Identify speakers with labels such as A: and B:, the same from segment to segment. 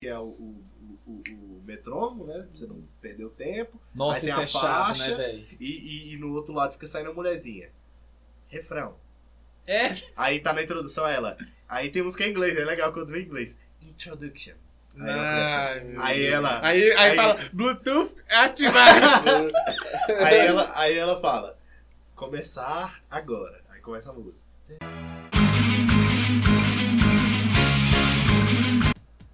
A: que é o, o, o, o metrônomo, né? Pra você não perder o tempo.
B: Nossa,
A: tem
B: isso
A: a
B: é chato,
A: faixa.
B: né, velho?
A: E, e- e no outro lado fica saindo a mulherzinha. Refrão.
B: É,
A: Aí tá na introdução ela. Aí tem música em inglês, é legal quando vem em inglês. Introduction. Aí ela começa.
B: Ai, meu
A: Aí
B: Deus.
A: ela-
B: Aí, aí,
A: aí-
B: fala, Bluetooth ativado.
A: aí, ela, aí ela fala, começar agora. Aí começa a música.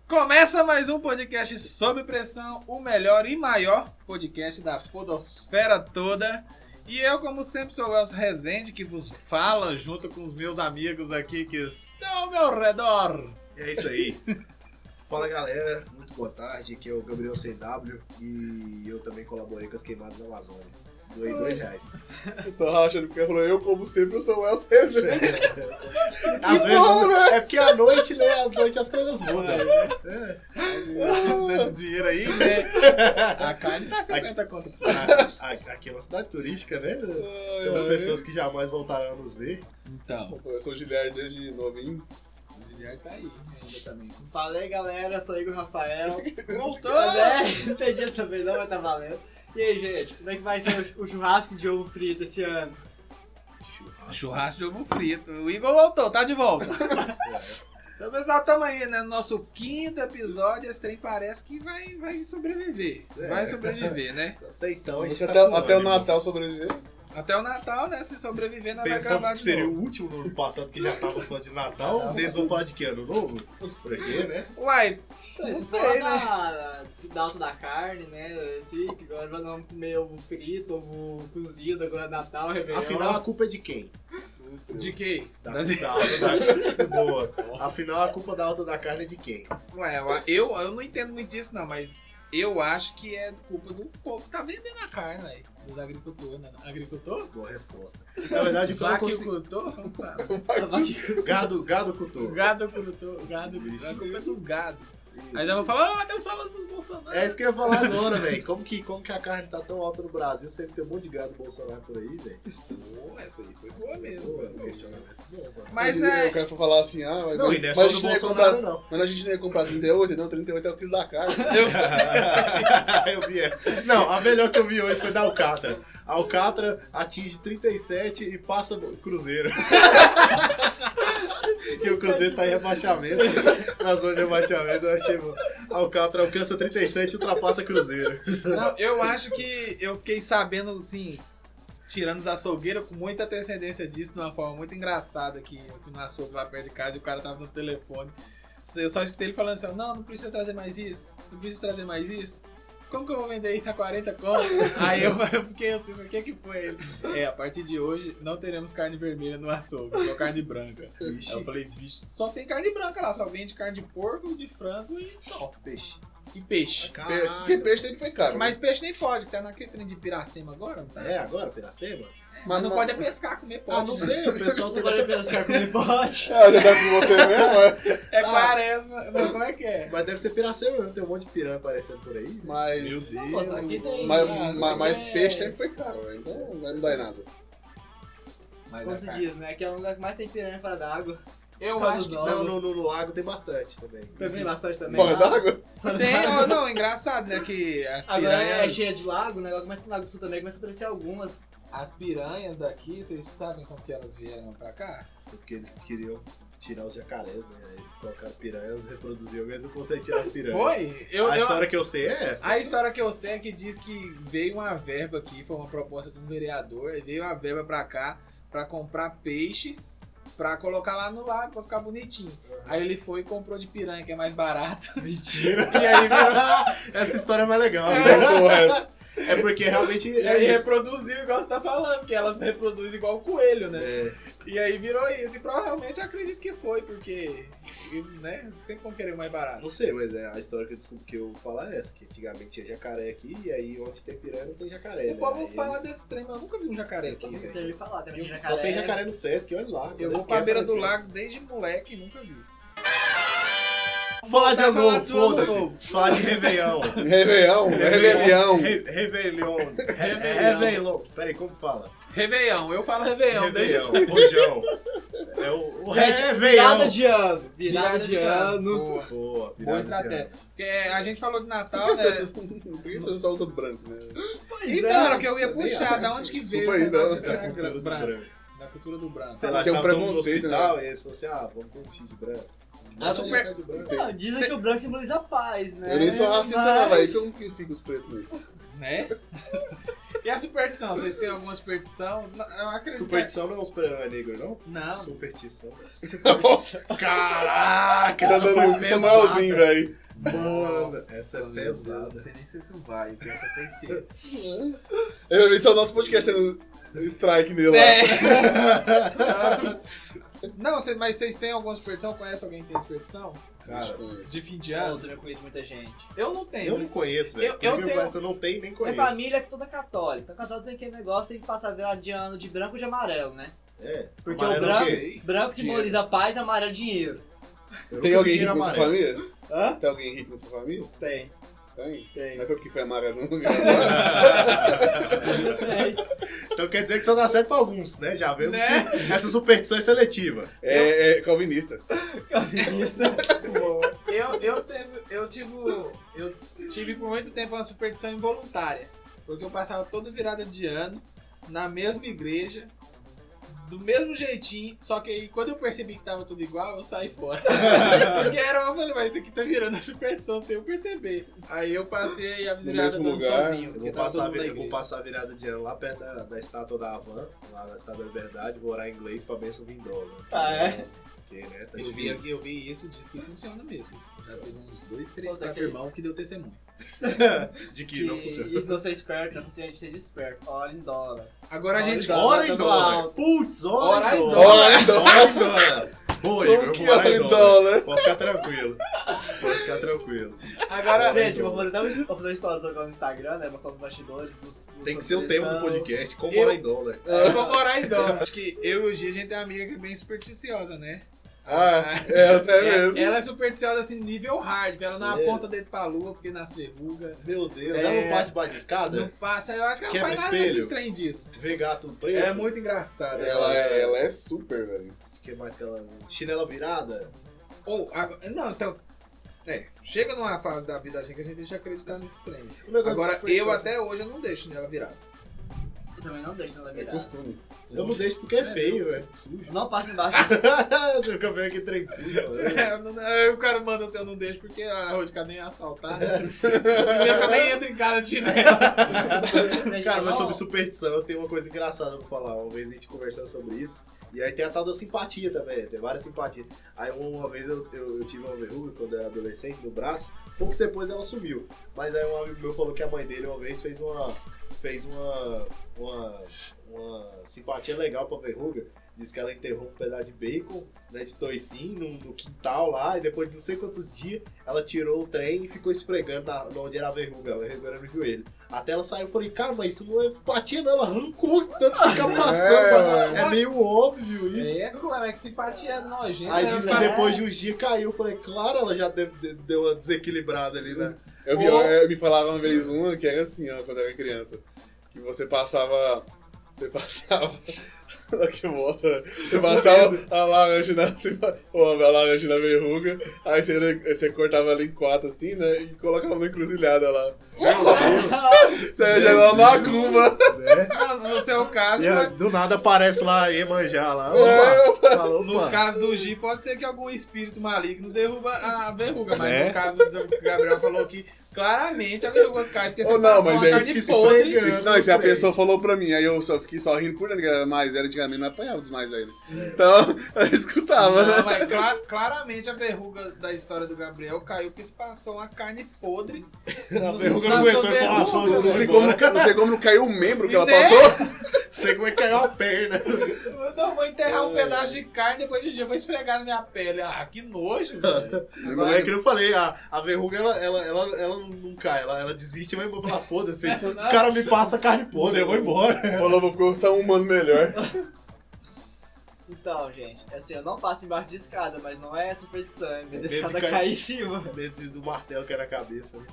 B: Começa mais um podcast Sob Pressão, o melhor e maior podcast da podosfera toda. E eu, como sempre, sou o Elcio Rezende, que vos fala junto com os meus amigos aqui que estão ao meu redor.
A: E é isso aí. Fala galera, muito boa tarde. Aqui é o Gabriel CW e eu também colaborei com as queimadas da Amazônia. Doei dois reais.
C: Eu tava achando que falou, eu, como sempre, eu sou o Elcio Rezende.
A: Às
C: Que
A: vezes
C: bom,
A: é porque à noite, né? À noite as coisas mudam.
B: Esse tanto de dinheiro aí, né? A carne tá 50 conto.
A: A- a- Aqui é uma cidade turística, né? Temos
C: ai.
A: pessoas que jamais voltarão a nos ver.
B: Então,
C: Eu sou o Giliard desde novinho.
B: o Giliard tá aí ainda também.
D: Falei galera, sou Igor Rafael.
B: Voltou!
D: Né? Não tem dia essa vez, não, mas tá valendo. E aí, gente, como é que vai ser o chu- o churrasco de ovo frito esse ano?
A: Churrasco.
B: Churrasco de ovo frito. O Igor voltou, tá de volta. Então, pessoal, estamos aí, né? No nosso quinto episódio, esse trem parece que vai, vai sobreviver.
A: É.
B: Vai sobreviver, né?
A: Até então, a gente
C: Você
A: tá
C: até,
A: com
C: até o
A: ânimo.
C: Natal sobreviver?
B: Até o Natal, né? Se sobreviver, nós vamos
A: Pensamos
B: gravar
A: que
B: de
A: seria
B: novo.
A: o último no ano passado que já tava falando de Natal.
B: Não.
A: Eles vão falar de que ano novo? Por aqui, né?
B: Uai, Não
D: Vocês
B: sei, né?
D: falam da, da alta da carne, né? Assim, que agora nós vamos comer ovo frito, ovo cozido, agora é Natal, Réveillon.
A: Afinal, a culpa é de quem?
B: de que?
A: Da,
B: Das-
A: da alta da Boa. Afinal, a culpa da alta da carne é de quem?
B: Ué, eu, eu não entendo muito disso, não, mas eu acho que é culpa do povo que tá vendendo a carne, aí. Dos agricultores, né? Agricultor?
A: Boa resposta. Na verdade, o que eu não consigo...
B: Vaquicultor? Vamos lá.
A: Gado, gado cultor.
B: Gado cultor, gado
A: Vixe.
B: cultor. A culpa é dos gados. Aí já vão falar, ah, eu falando dos Bolsonaro.
A: É isso que eu ia falar agora, velho. Como que, como que a carne tá tão alta no Brasil? Sempre tem um monte de gado Bolsonaro por aí, velho.
B: Boa, essa aí foi boa mesmo.
A: Boa,
B: foi boa.
A: questionamento bom, mano.
B: Mas
C: E
B: é.
C: O cara foi falar assim, ah, mas,
A: Não, e
C: mas,
A: não é
C: a
A: só do
C: gente não ia
A: Bolsonaro,
C: comprar,
A: não.
C: mas a gente não ia comprar 38, então 38 é o quilo da carne.
B: Eu,
A: eu vi. essa. Não, a melhor que eu vi hoje foi da Alcatra. A Alcatra atinge 37 e passa o Cruzeiro. e o Cruzeiro tá em rebaixamento. Na zona de rebaixamento, eu achei bom. A Alcatra alcança 37 e ultrapassa Cruzeiro.
B: não, eu acho que eu fiquei sabendo, assim, tirando os açougueiros, com muita antecedência disso, de uma forma muito engraçada, que eu fui no açougue lá perto de casa e o cara tava no telefone. Eu só escutei ele falando assim, ó, não, não precisa trazer mais isso, não precisa trazer mais isso. Como que eu vou vender isso a 40 conto? Aí eu, eu fiquei assim, o que que foi isso? É, a partir de hoje, não teremos carne vermelha no açougue, só carne branca. Aí eu
A: Vixe,
B: falei, bicho, só tem carne branca lá, só vende carne de porco, de frango e só.
A: peixe.
B: E peixe.
A: Ah,
C: Pe- Porque peixe sempre foi caro. né?
B: Mas peixe nem pode, que tá naquele trem de Piracema agora, não tá?
A: É agora, Piracema?
B: Mas,
C: mas
B: não
C: não-
B: pode é pescar, comer pode.
A: Ah, não
B: né?
A: sei, o pessoal tá
D: Agora pensar comer pote.
C: Ah, já tá com você mesmo, é.
B: É
A: Ah.
B: quaresma, mas como é que é?
A: Mas deve ser Piracema mesmo, tem um monte de piranha aparecendo por aí.
C: Mas...
A: Meu
D: Não, moço, aqui tem-
C: Mas,
D: Ah,
C: mas,
D: aqui
C: mas
D: tem-
C: peixe sempre foi caro, então não dói nada.
B: Mas
D: Como se diz, né? Que é um lugar que mais tem piranha fora d'água.
B: Eu
D: Fala
B: acho
D: do
B: que
D: dólar.
A: Não, no, no- no lago tem bastante também.
D: Também bastante também.
C: Fora d'água?
B: tem, ó, não, engraçado, né, que as
D: Agora é
B: piranhas,
D: cheia de lago, né? Agora começa com o Lago do Sul também, começa a aparecer algumas.
B: as piranhas daqui, vocês sabem como que elas vieram pra cá?
A: Porque eles queriam tirar os jacarés, né? Aí Eles colocaram piranhas, reproduziam, mas não conseguem tirar as piranhas.
B: Foi? É. Eu,
A: a
B: eu-
A: história que eu sei é essa.
B: a história que eu sei é que diz que veio uma verba aqui, foi uma proposta de um vereador, e veio uma verba pra cá pra comprar peixes pra colocar lá no lago, pra ficar bonitinho. Aí ele foi e comprou de piranha, que é mais barato.
A: Mentira.
B: E aí virou
A: essa história é mais legal.
C: Não
A: né?
C: sou o resto.
A: É porque realmente
B: E aí
A: é isso.
B: reproduziu igual você tá falando, que elas reproduzem igual o coelho, né?
A: É,
B: E aí virou isso. E provavelmente eu acredito que foi, porque eles, né, sempre vão querer mais barato.
A: não sei, mas é a história que eu descobri que eu vou falar é essa, que antigamente tinha jacaré aqui, e aí onde tem piranha não tem jacaré. né?
B: O povo
A: Aí
B: fala
A: eles-
B: desse trem, mas eu nunca vi um jacaré aqui,
D: Eu
B: velho.
D: ouvi falar também de
A: Só tem jacaré no Sesc, olha lá.
B: Eu
A: quando
B: vou
A: eles
B: pra
A: querem assim.
B: beira do
A: aparecer.
B: lago desde moleque e nunca vi.
A: Falar de
B: Vai
A: ano
B: falar
A: novo,
B: de ano
A: foda-se.
B: novo.
A: Falar de Réveillon.
C: Rebelião, rebelião.
A: Re- Réveillon.
B: Réveillon.
A: Réveillon. Peraí, como fala?
B: Réveillon, eu falo Réveillon, deixa
A: Réveillon.
B: isso.
A: Rojão. É o, o
D: Virada
A: Réveillon.
D: de ano. Virada de ano.
B: Boa,
A: Boa,
B: boa
A: virada de
B: estratégia.
A: ano.
B: Porque a gente falou de
C: Por
B: Natal,
C: que as
B: né?
C: pessoas, por que as pessoas só usam branco, né?
D: Pois
B: Então,
D: é.
B: era o que eu ia puxar, da onde que veio
C: Desculpa aí,
B: esse negócio de
C: não.
A: Cultura
B: branco,
A: do
B: branco,
A: tá branco.
B: da cultura do branco.
A: Sei lá,
C: Tem um
A: tava todo mundo no
C: preconceito,
A: hospital, E eles falaram assim, ah, vamos ter um X de branco.
B: Ah,
A: Vamos
B: super-
A: ter um X de branco.
D: Não, dizem
B: Cê-
D: que o branco simboliza a paz, né?
C: Eu nem sou racista, não,
D: Mas-
C: velho. Como que fica os pretos nisso?
B: Né? E a superstição? Vocês têm alguma superstição? Não, Eu acredito
A: Superstição não é um super-herói negro, não?
B: que... Não.
A: Superstição.
C: Nossa,
A: Caraca,
C: tá
A: essa foi
C: dando um Samuelzinho, velho.
A: Mano, essa é
B: meu
A: pesada.
B: Deus, Não sei nem se isso vai, que essa tem que ter.
C: Eu já vi só É, o nosso podcast sendo strike nele
B: É.
C: lá.
B: Não, cê- mas vocês têm alguma superstição? Conhece alguém que tem superstição?
C: tipo,
A: Cara,
B: De fim de
D: Eu
B: ano?
D: também conheço muita gente.
B: Eu não tenho.
A: eu não conheço,
B: Eu-
A: velho.
B: eu
A: Primeiro
B: tenho-
A: parece que eu não tenho nem
D: Minha
A: conheço.
D: família é toda católica. Então, Católico tem aquele negócio, tem que passar virada de ano de branco e de amarelo, né?
A: É.
D: Porque o
A: Amarelo é
D: branco,
A: quê?
D: branco
B: Dinheiro.
D: simboliza paz, amarelo dinheiro.
A: Eu
C: Tem
A: nunca
C: alguém
A: vi
C: rico na sua
A: amarelo.
C: família?
D: Hã?
C: Tem alguém rico na sua família?
D: Tem,
C: Tem.
D: tem.
A: É
C: Não foi porque foi amarelo, não. né? Agora,
D: tem.
A: Então quer dizer que só dá certo pra alguns, né? Já vemos
B: Né?
A: que essa superstição é seletiva.
C: É, é calvinista.
D: Calvinista.
B: Eu, eu, teve, eu, tive, eu tive por muito tempo uma superstição involuntária. Porque eu passava toda virada de ano na mesma igreja, do mesmo jeitinho, só que aí quando eu percebi que tava tudo igual, eu saí fora. porque era uma eu falei, mas isso aqui tá virando a superstição sem eu perceber. Aí eu passei a virada
C: mesmo
B: do ano
C: lugar,
B: sozinho.
A: Eu
B: porque
A: vou,
B: tava
A: passar, a
B: todo mundo
A: vi-
B: na
A: eu vou
B: igreja.
A: passar a virada de ano lá perto da, da estátua da Havan, lá na Estátua da Liberdade, vou orar em inglês pra bênção vir em dólar.
D: Ah, é?
A: Porque, né, tá
B: Eu vi,
A: difícil.
B: eu vi isso, disse que funciona mesmo. tá Já teve uns dois, três,
D: Volta
B: quatro
D: aqui.
B: irmãos que deu testemunho.
A: De que,
D: Que
A: não funciona.
D: Isso não ser esperto, não é precisa de ser desperto. Olha em dólar.
B: Agora a
D: Olha,
B: gente.
D: dá-
A: Ora
D: tá
A: em
D: no
A: dólar.
D: alto.
A: Putz, ora
B: Ora
A: em
B: em
A: dólar.
C: Olha, então.
A: Ora em dólar. Pô, Igor,
C: Como
A: eu
C: que
A: vou orar
C: é
A: em
C: o
A: dólar.
C: dólar?
A: Pode ficar tranquilo. Pode ficar tranquilo.
B: Agora,
A: Olha em
D: Gente, eu vou
A: dólar.
D: fazer, até um- vou fazer uma história agora no Instagram, né? Mostrar os bastidores dos. dos
A: Tem que ser o tema do
D: seleção.
A: podcast, É. como
B: Eu-
A: orar em né? dólar.
B: Eu vou morar em dó. É, Acho que eu e o Gia, a gente tem uma amiga que é bem supersticiosa, né?
C: Ah, é, até
B: É-
C: mesmo.
B: Ela é supersticiosa, assim, nível hard. Ela não
A: Sério?
B: aponta o dedo pra lua porque nasce verruga.
A: Meu Deus,
B: É.
A: ela não passa debaixo de
B: Não
A: escada?
B: passa, eu acho que ela
A: É. Quebra
B: não faz nada
A: espelho.
B: desses trem disso.
A: Vê gato preto?
B: Ela é muito engraçada.
C: Ela é, ela é super, velho.
A: O que mais que ela... Chinela virada?
B: Ou, agora- não, então. É, chega numa fase da vida da gente que a gente deixa acreditar nesses trens.
A: O Um negócio
B: Agora,
A: de
B: eu
A: superstição.
B: até hoje eu não deixo nela virada.
D: Eu também não deixo nela
C: É
D: virar.
C: costume.
A: Eu não deixo porque é feio, velho.
D: Sujo. Não passa embaixo.
A: Você fica vendo que trem sujo, mano.
B: É, eu não- aí o cara manda assim, eu não deixo porque a rua de casa nem é asfaltada. eu nem entro em casa de nela.
D: né, Gente,
A: Cara, mas
D: não-
A: sobre superstição, eu tenho uma coisa engraçada pra falar. Uma vez a gente conversando sobre isso. E aí tem a tal da simpatia também, tem várias simpatias. Aí uma vez eu, eu- eu tive uma verruga quando eu era adolescente no braço, pouco depois ela sumiu. Mas aí um amigo meu falou que a mãe dele uma vez fez uma. fez uma. uma, uma simpatia legal pra verruga. Diz que ela enterrou um pedaço de bacon, né, de toicinho no, no quintal lá, e depois de não sei quantos dias, ela tirou o trem e ficou esfregando na, onde era a verruga, a verruga era no joelho. Até ela saiu, eu falei, cara, mas isso não é empatia, não. Ela arrancou de tanto ficar passando.
C: É,
A: mano. É,
B: mano.
A: meio óbvio isso.
B: É, como é que simpatia nojenta.
A: Aí
B: né?
A: disse que
B: Mas-
A: depois de uns dias caiu. Eu falei, claro, ela já deu, deu- deu uma desequilibrada ali, né?
C: Eu, vi,
B: Ou-
C: eu me falava uma vez uma que era assim, ó, quando eu era criança. Que você passava. Você passava. Olha que bosta, né? Você passava a laranja na, você pa- ou a laranja na verruga, aí você, você cortava ela em quatro assim, né? E colocava na encruzilhada lá. Você já era uma macumba.
B: Não, No seu é caso,
A: É,
B: né?
A: E aí, do nada aparece lá Iemanjá lá.
C: É.
A: Opa, falou,
B: no
A: opa.
B: caso do Gi, pode ser que algum espírito maligno derruba a verruga, mas
C: É?
A: Né?
B: no caso do que o Gabriel falou aqui, claramente a verruga cai, porque você
C: Ou não,
B: passa
C: mas
B: uma
C: é
B: carne
A: difícil
B: podre. né?
A: esfregar.
C: Isso, não, isso a
A: Peraí.
C: pessoa falou pra mim, aí eu só fiquei só rindo por dentro, que era mais velho, antigamente não apanhava dos mais velhos. Então, eu escutava, né?
B: Não, mas cla- claramente a verruga da história do Gabriel caiu porque se passou uma carne podre.
A: A
B: no-
A: verruga
B: na
A: não aguentou
B: sua
A: e falou, ah,
B: verruga.
A: foda-se,
C: Não
A: vou
C: sei, como,
A: embora.
C: não sei como não caiu o membro que ela
B: Né?
C: passou.
A: Sei como é que caiu a perna.
B: Não, vou enterrar um pedaço de carne depois de um dia eu vou esfregar na minha pele. Ah, que nojo, velho.
A: Não é que eu falei, a, a verruga ela, ela, ela, ela não cai, ela, ela desiste e vai embora. Fala, Foda-se. O cara me passa carne podre, eu vou embora.
C: Falou, vou ser um humano melhor.
D: Então, gente, assim, eu não passo embaixo de escada, mas não é super de sangue, é da
A: Medo de
D: escada
A: cair.
D: cair em cima.
A: Medo do martelo que era na cabeça, né?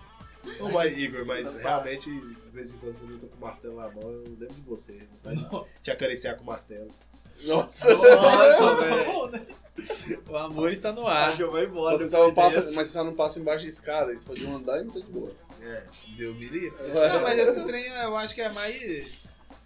A: Ô, mas, Igor, mas
D: Não, tá.
A: realmente, de vez em quando, quando eu tô com o martelo na mão, eu lembro de você. Vontade de te acariciar com o martelo.
C: Nossa.
D: Nossa, velho.
B: né? O amor está no
D: A
B: ar.
D: Jo vai embora.
C: Você
D: eu
C: só não
D: perdi
C: passa,
A: assim,
D: essa.
C: mas você só não passa embaixo de escada. Isso pode andar e não tá de boa.
A: É.
B: Deu me livre. Não, mas esse trem eu acho que é mais.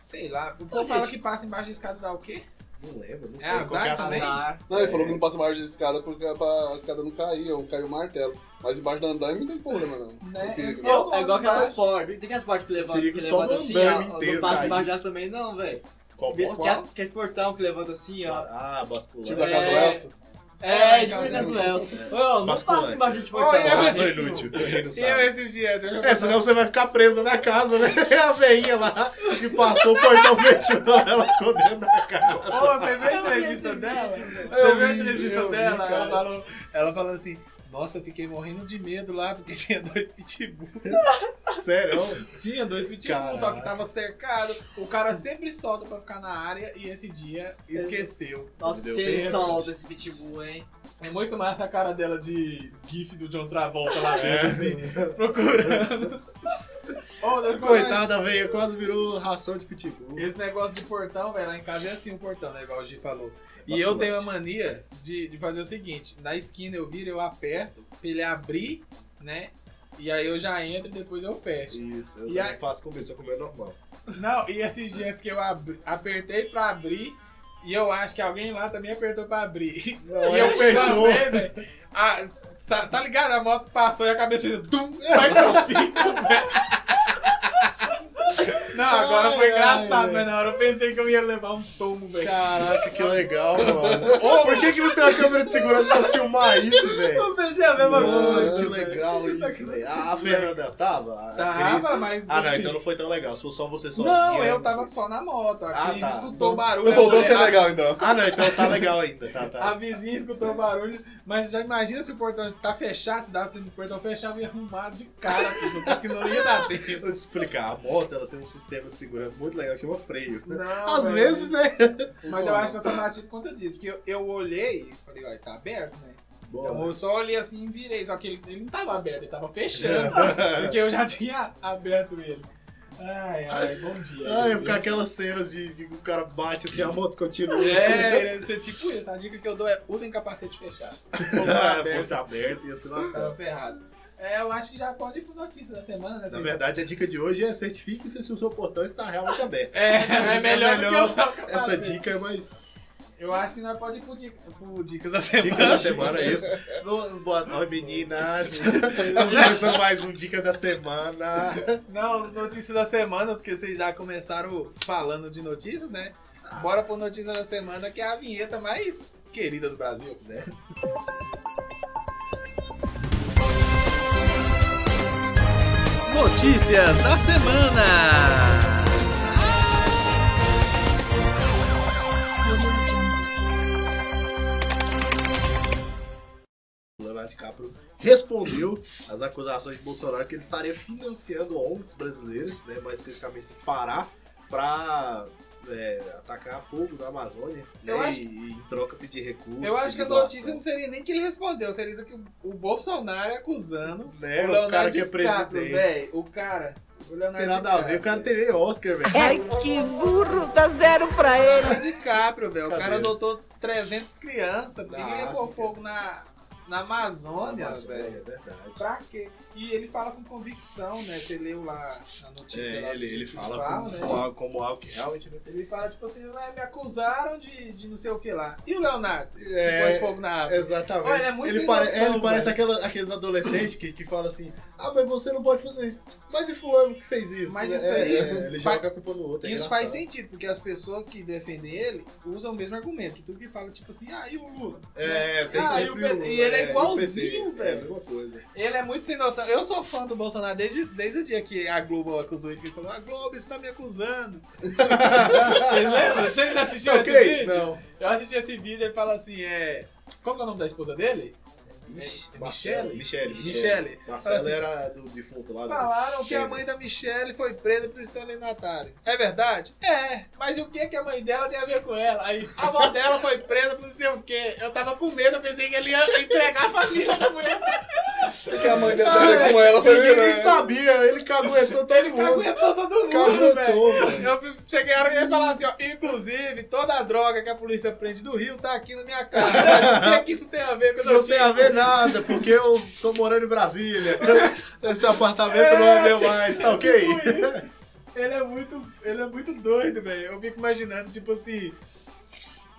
B: Sei lá. O povo
D: gente.
B: fala que passa embaixo da escada dá o quê?
A: Não lembro, não
B: É
A: sei.
B: azar
A: qual que as
B: também?
A: coisas.
D: Azar.
C: Não, ele falou que não passa embaixo de escada porque é pra a escada não cair, ou caiu o martelo. Mas embaixo da andaime não tem problema, não.
B: Né?
C: Porque-
B: Eu-
D: Não, é igual aquelas
B: Embaixo.
D: portas. Tem aquelas portas que levantam,
A: Perigo
D: que
A: só
D: levantam
A: no
D: assim,
A: andame
D: ó.
A: inteiro
D: Não passa
A: cair.
D: embaixo dessa também, não, velho.
A: Qual
D: Que-
A: porta?
B: assim,
D: que- que Aqueles portão que levanta assim, ó.
A: Ah, basculante.
C: Tipo
D: É.
C: da Casa Elsa.
D: É, de
B: Caralho,
D: Minas
B: cara.
D: Wells. Não, não passa
A: Basculante.
D: embaixo desse
B: Olha,
A: Ah,
D: portão.
B: mas-
A: sou inútil. Ele não
B: E é assim, eu
A: sabe.
B: esses dias, deixa eu
A: É, senão você vai ficar presa na casa, né? É a veinha lá que passou o portão fechando, ela ficou dentro da casa.
B: Ô, você viu a
D: Eu vi
B: entrevista
D: essa
B: dela?
D: É
B: Você
D: entrevista.
B: viu a
C: vi, eu
B: entrevista
C: vi,
B: dela?
C: cara.
B: Ela falou, ela falou assim, nossa, eu fiquei morrendo de medo lá, porque tinha dois pitbull.
A: Sério?
B: Tinha dois pitbull,
A: Caralho.
B: só que tava cercado. O cara sempre solta pra ficar na área e esse dia esqueceu.
D: Nossa,
A: Meu
D: se
A: Deus.
D: ele
B: Sim,
D: solta esse pitbull, hein?
B: É muito massa a cara dela de gif do John Travolta lá dentro, assim,
A: É.
B: procurando. Ô, deixa eu falar
A: Coitada, veia, quase virou ração de pitbull.
B: Esse negócio de portão, velho, lá em casa é assim o portão, né? Igual o Gi falou. E
A: Basculante.
B: eu tenho a mania de, de fazer o seguinte: na esquina eu viro, eu aperto, pra ele abrir, né? E aí eu já entro e depois eu fecho.
A: Isso, eu
B: E
A: também
B: a-
A: faço como isso, eu comer normal.
B: Não, e esses dias que eu abri- apertei pra abrir, e eu acho que alguém lá também apertou pra abrir.
A: Não,
B: e eu
A: eu fechou.
B: fechei, velho. né, a- Tá, tá ligado? A moto passou e a cabeça fez. um Dum, vai pro pico, velho. Não, agora
A: Ai,
B: foi
A: ai,
B: engraçado,
A: velho.
B: mas na hora eu pensei que eu ia levar um tombo, velho.
A: Caraca, que legal, mano.
B: Ô,
A: Por que, que não tem uma câmera de segurança pra filmar isso, velho?
D: Eu pensei a mesma coisa.
A: Mano, que legal isso, velho. Ah, a Fernanda tava? A
B: Tava,
A: Cris?
B: mas.
A: tá Ah, não,
B: assim,
A: então não foi tão legal. Se fosse só você sozinha.
B: não, eu tava só na moto. A
A: é. Ah,
B: Cris
A: tá.
B: escutou o barulho.
C: Então voltou a
B: mulher-
C: ser legal, então.
A: Ah, não, então tá legal ainda. Tá,
B: A, a
A: tá.
B: vizinha escutou o barulho. Mas já imagina se o portão tá fechado, se dá dentro do portão fechado e arrumado de cara, filho, porque não ia
A: Ah,
B: dar tempo.
A: Vou te explicar. A moto, ela tem um sistema de segurança muito legal, que chama freio.
B: Não,
A: Às
B: velho.
A: vezes, né?
B: Mas eu acho que eu só bati por conta disso. Porque eu, eu olhei e falei, ó, tá aberto, né? Então
A: Bom,
B: eu só olhei assim e virei. Só que ele, ele não tava aberto, ele tava fechando. porque eu já tinha aberto ele. Ai, ai, bom dia.
A: Ah, é ficar aquelas cenas de de que o cara bate assim, a moto continua. assim,
B: É, era ser tipo isso. A dica que eu dou é usem capacete fechado. Ou
A: Ah,
B: aberto,
A: fosse Ah, aberto, ia se
B: vocês
A: lascar.
B: ficaram ferrados. É, eu acho que já pode ir pro notícia da semana, né?
A: Na
B: vocês-
A: verdade, a dica de hoje é certifique-se se o seu portão está realmente aberto.
B: É, é melhor,
A: melhor
B: do que usar o capacete.
A: Essa dica é mais.
B: Eu acho que nós pode ir pro, dica- pro dicas da semana.
A: Dica da semana, é isso. Boa- Boa noite, meninas. Tá começando mais um Dica da Semana.
B: Não, as notícias da semana, porque vocês já começaram falando de notícias, né? Bora pro notícia da semana, que é a vinheta mais querida do Brasil. né? Notícias da semana!
A: Leonardo DiCaprio respondeu às acusações de Bolsonaro que ele estaria financiando ONGs brasileiras, né, mais especificamente do Pará, para atacar fogo na Amazônia né,
B: Eu acho-
A: e, e em troca pedir recursos.
B: Eu acho
A: pedir
B: que a
A: doação.
B: notícia não seria nem que ele respondeu, seria que o- o Bolsonaro acusando
A: Né,
B: o
A: o,
B: Leonardo
A: cara que é
B: DiCaprio,
A: presidente.
B: véi, o cara, o
A: Não
B: Leonardo
A: tem nada a ver, o cara tem nem Oscar,
B: É,
A: velho.
E: Ai, que burro, dá zero pra ele.
B: Leonardo DiCaprio, velho, o cara
A: Cadê?
B: adotou 300 crianças, por que
A: Na
B: que ele pôr
A: África.
B: fogo na, na Amazônia,
A: Ah, Amazônia,
B: velho?
A: é verdade.
B: Pra quê? E ele fala com convicção, né, você leu lá a notícia lá
A: É,
B: do
A: ele, ele
B: que
A: fala como,
B: né?
A: como algo, como algo que realmente não tem.
B: Ele fala, tipo assim, "Ah, me acusaram de, de não sei o que lá. E o Leonardo?
A: É,
B: que pôs fogo na África.
A: Exatamente.
B: Olha, é muito
A: ele,
B: sem
A: pare-
B: noção,
A: é, ele parece
B: velho.
A: aquela- aqueles adolescentes que, que falam assim: ah, mas você não pode fazer isso. Mas e Fulano que fez isso?
B: Mas
A: né?
B: isso
A: É,
B: aí-
A: é, ele
B: faz-
A: joga a culpa no outro. é
B: Isso faz
A: engraçado.
B: sentido, porque as pessoas que defendem ele usam o mesmo argumento, que tudo que fala, tipo assim, ah, e o Lula?
A: É, tem
B: Ah,
A: sempre
B: e o PT e ele é
A: o
B: igualzinho,
A: PT, É
B: velho.
A: a mesma coisa.
B: Ele é muito sem noção. Eu sou fã do Bolsonaro desde, desde o dia que a Globo acusou ele, que ele falou, a Globo está me acusando. Vocês lembram? Vocês assistiram esse
A: ok?
B: vídeo?
A: Não.
B: é Eu assisti esse vídeo e fala assim, é... Como que é o nome da esposa dele?
A: Ixi,
B: É
A: Marcelo. Michele. Michele.
B: Michele.
A: Marcelo
B: Assim,
A: era do defunto lá. do-
B: Falaram que a mãe da Michelle foi presa por estelionatário. É verdade? É. Mas o que que a mãe dela tem a ver com ela? Aí a avó dela foi presa por não sei o quê. Eu tava com medo, eu pensei que ele ia entregar a família da mulher.
C: Porque a mãe dele tava com ela foi
A: Ninguém nem
C: virar.
A: sabia, ele caguetou todo
B: é- Ele
A: mundo.
B: caguetou todo mundo, velho.
A: Caguetou, velho.
B: Eu cheguei a hora que ele ia falar assim, ó. Inclusive, toda a droga que a polícia prende do Rio tá aqui na minha casa. Mas o que que isso tem a ver com o
A: Não tem a ver
B: assim, né?
A: nada, porque eu tô morando em Brasília. Esse apartamento não é meu mais, tá ok?
B: Tipo isso. Ele é muito, ele é muito doido, velho. Eu fico imaginando, tipo assim.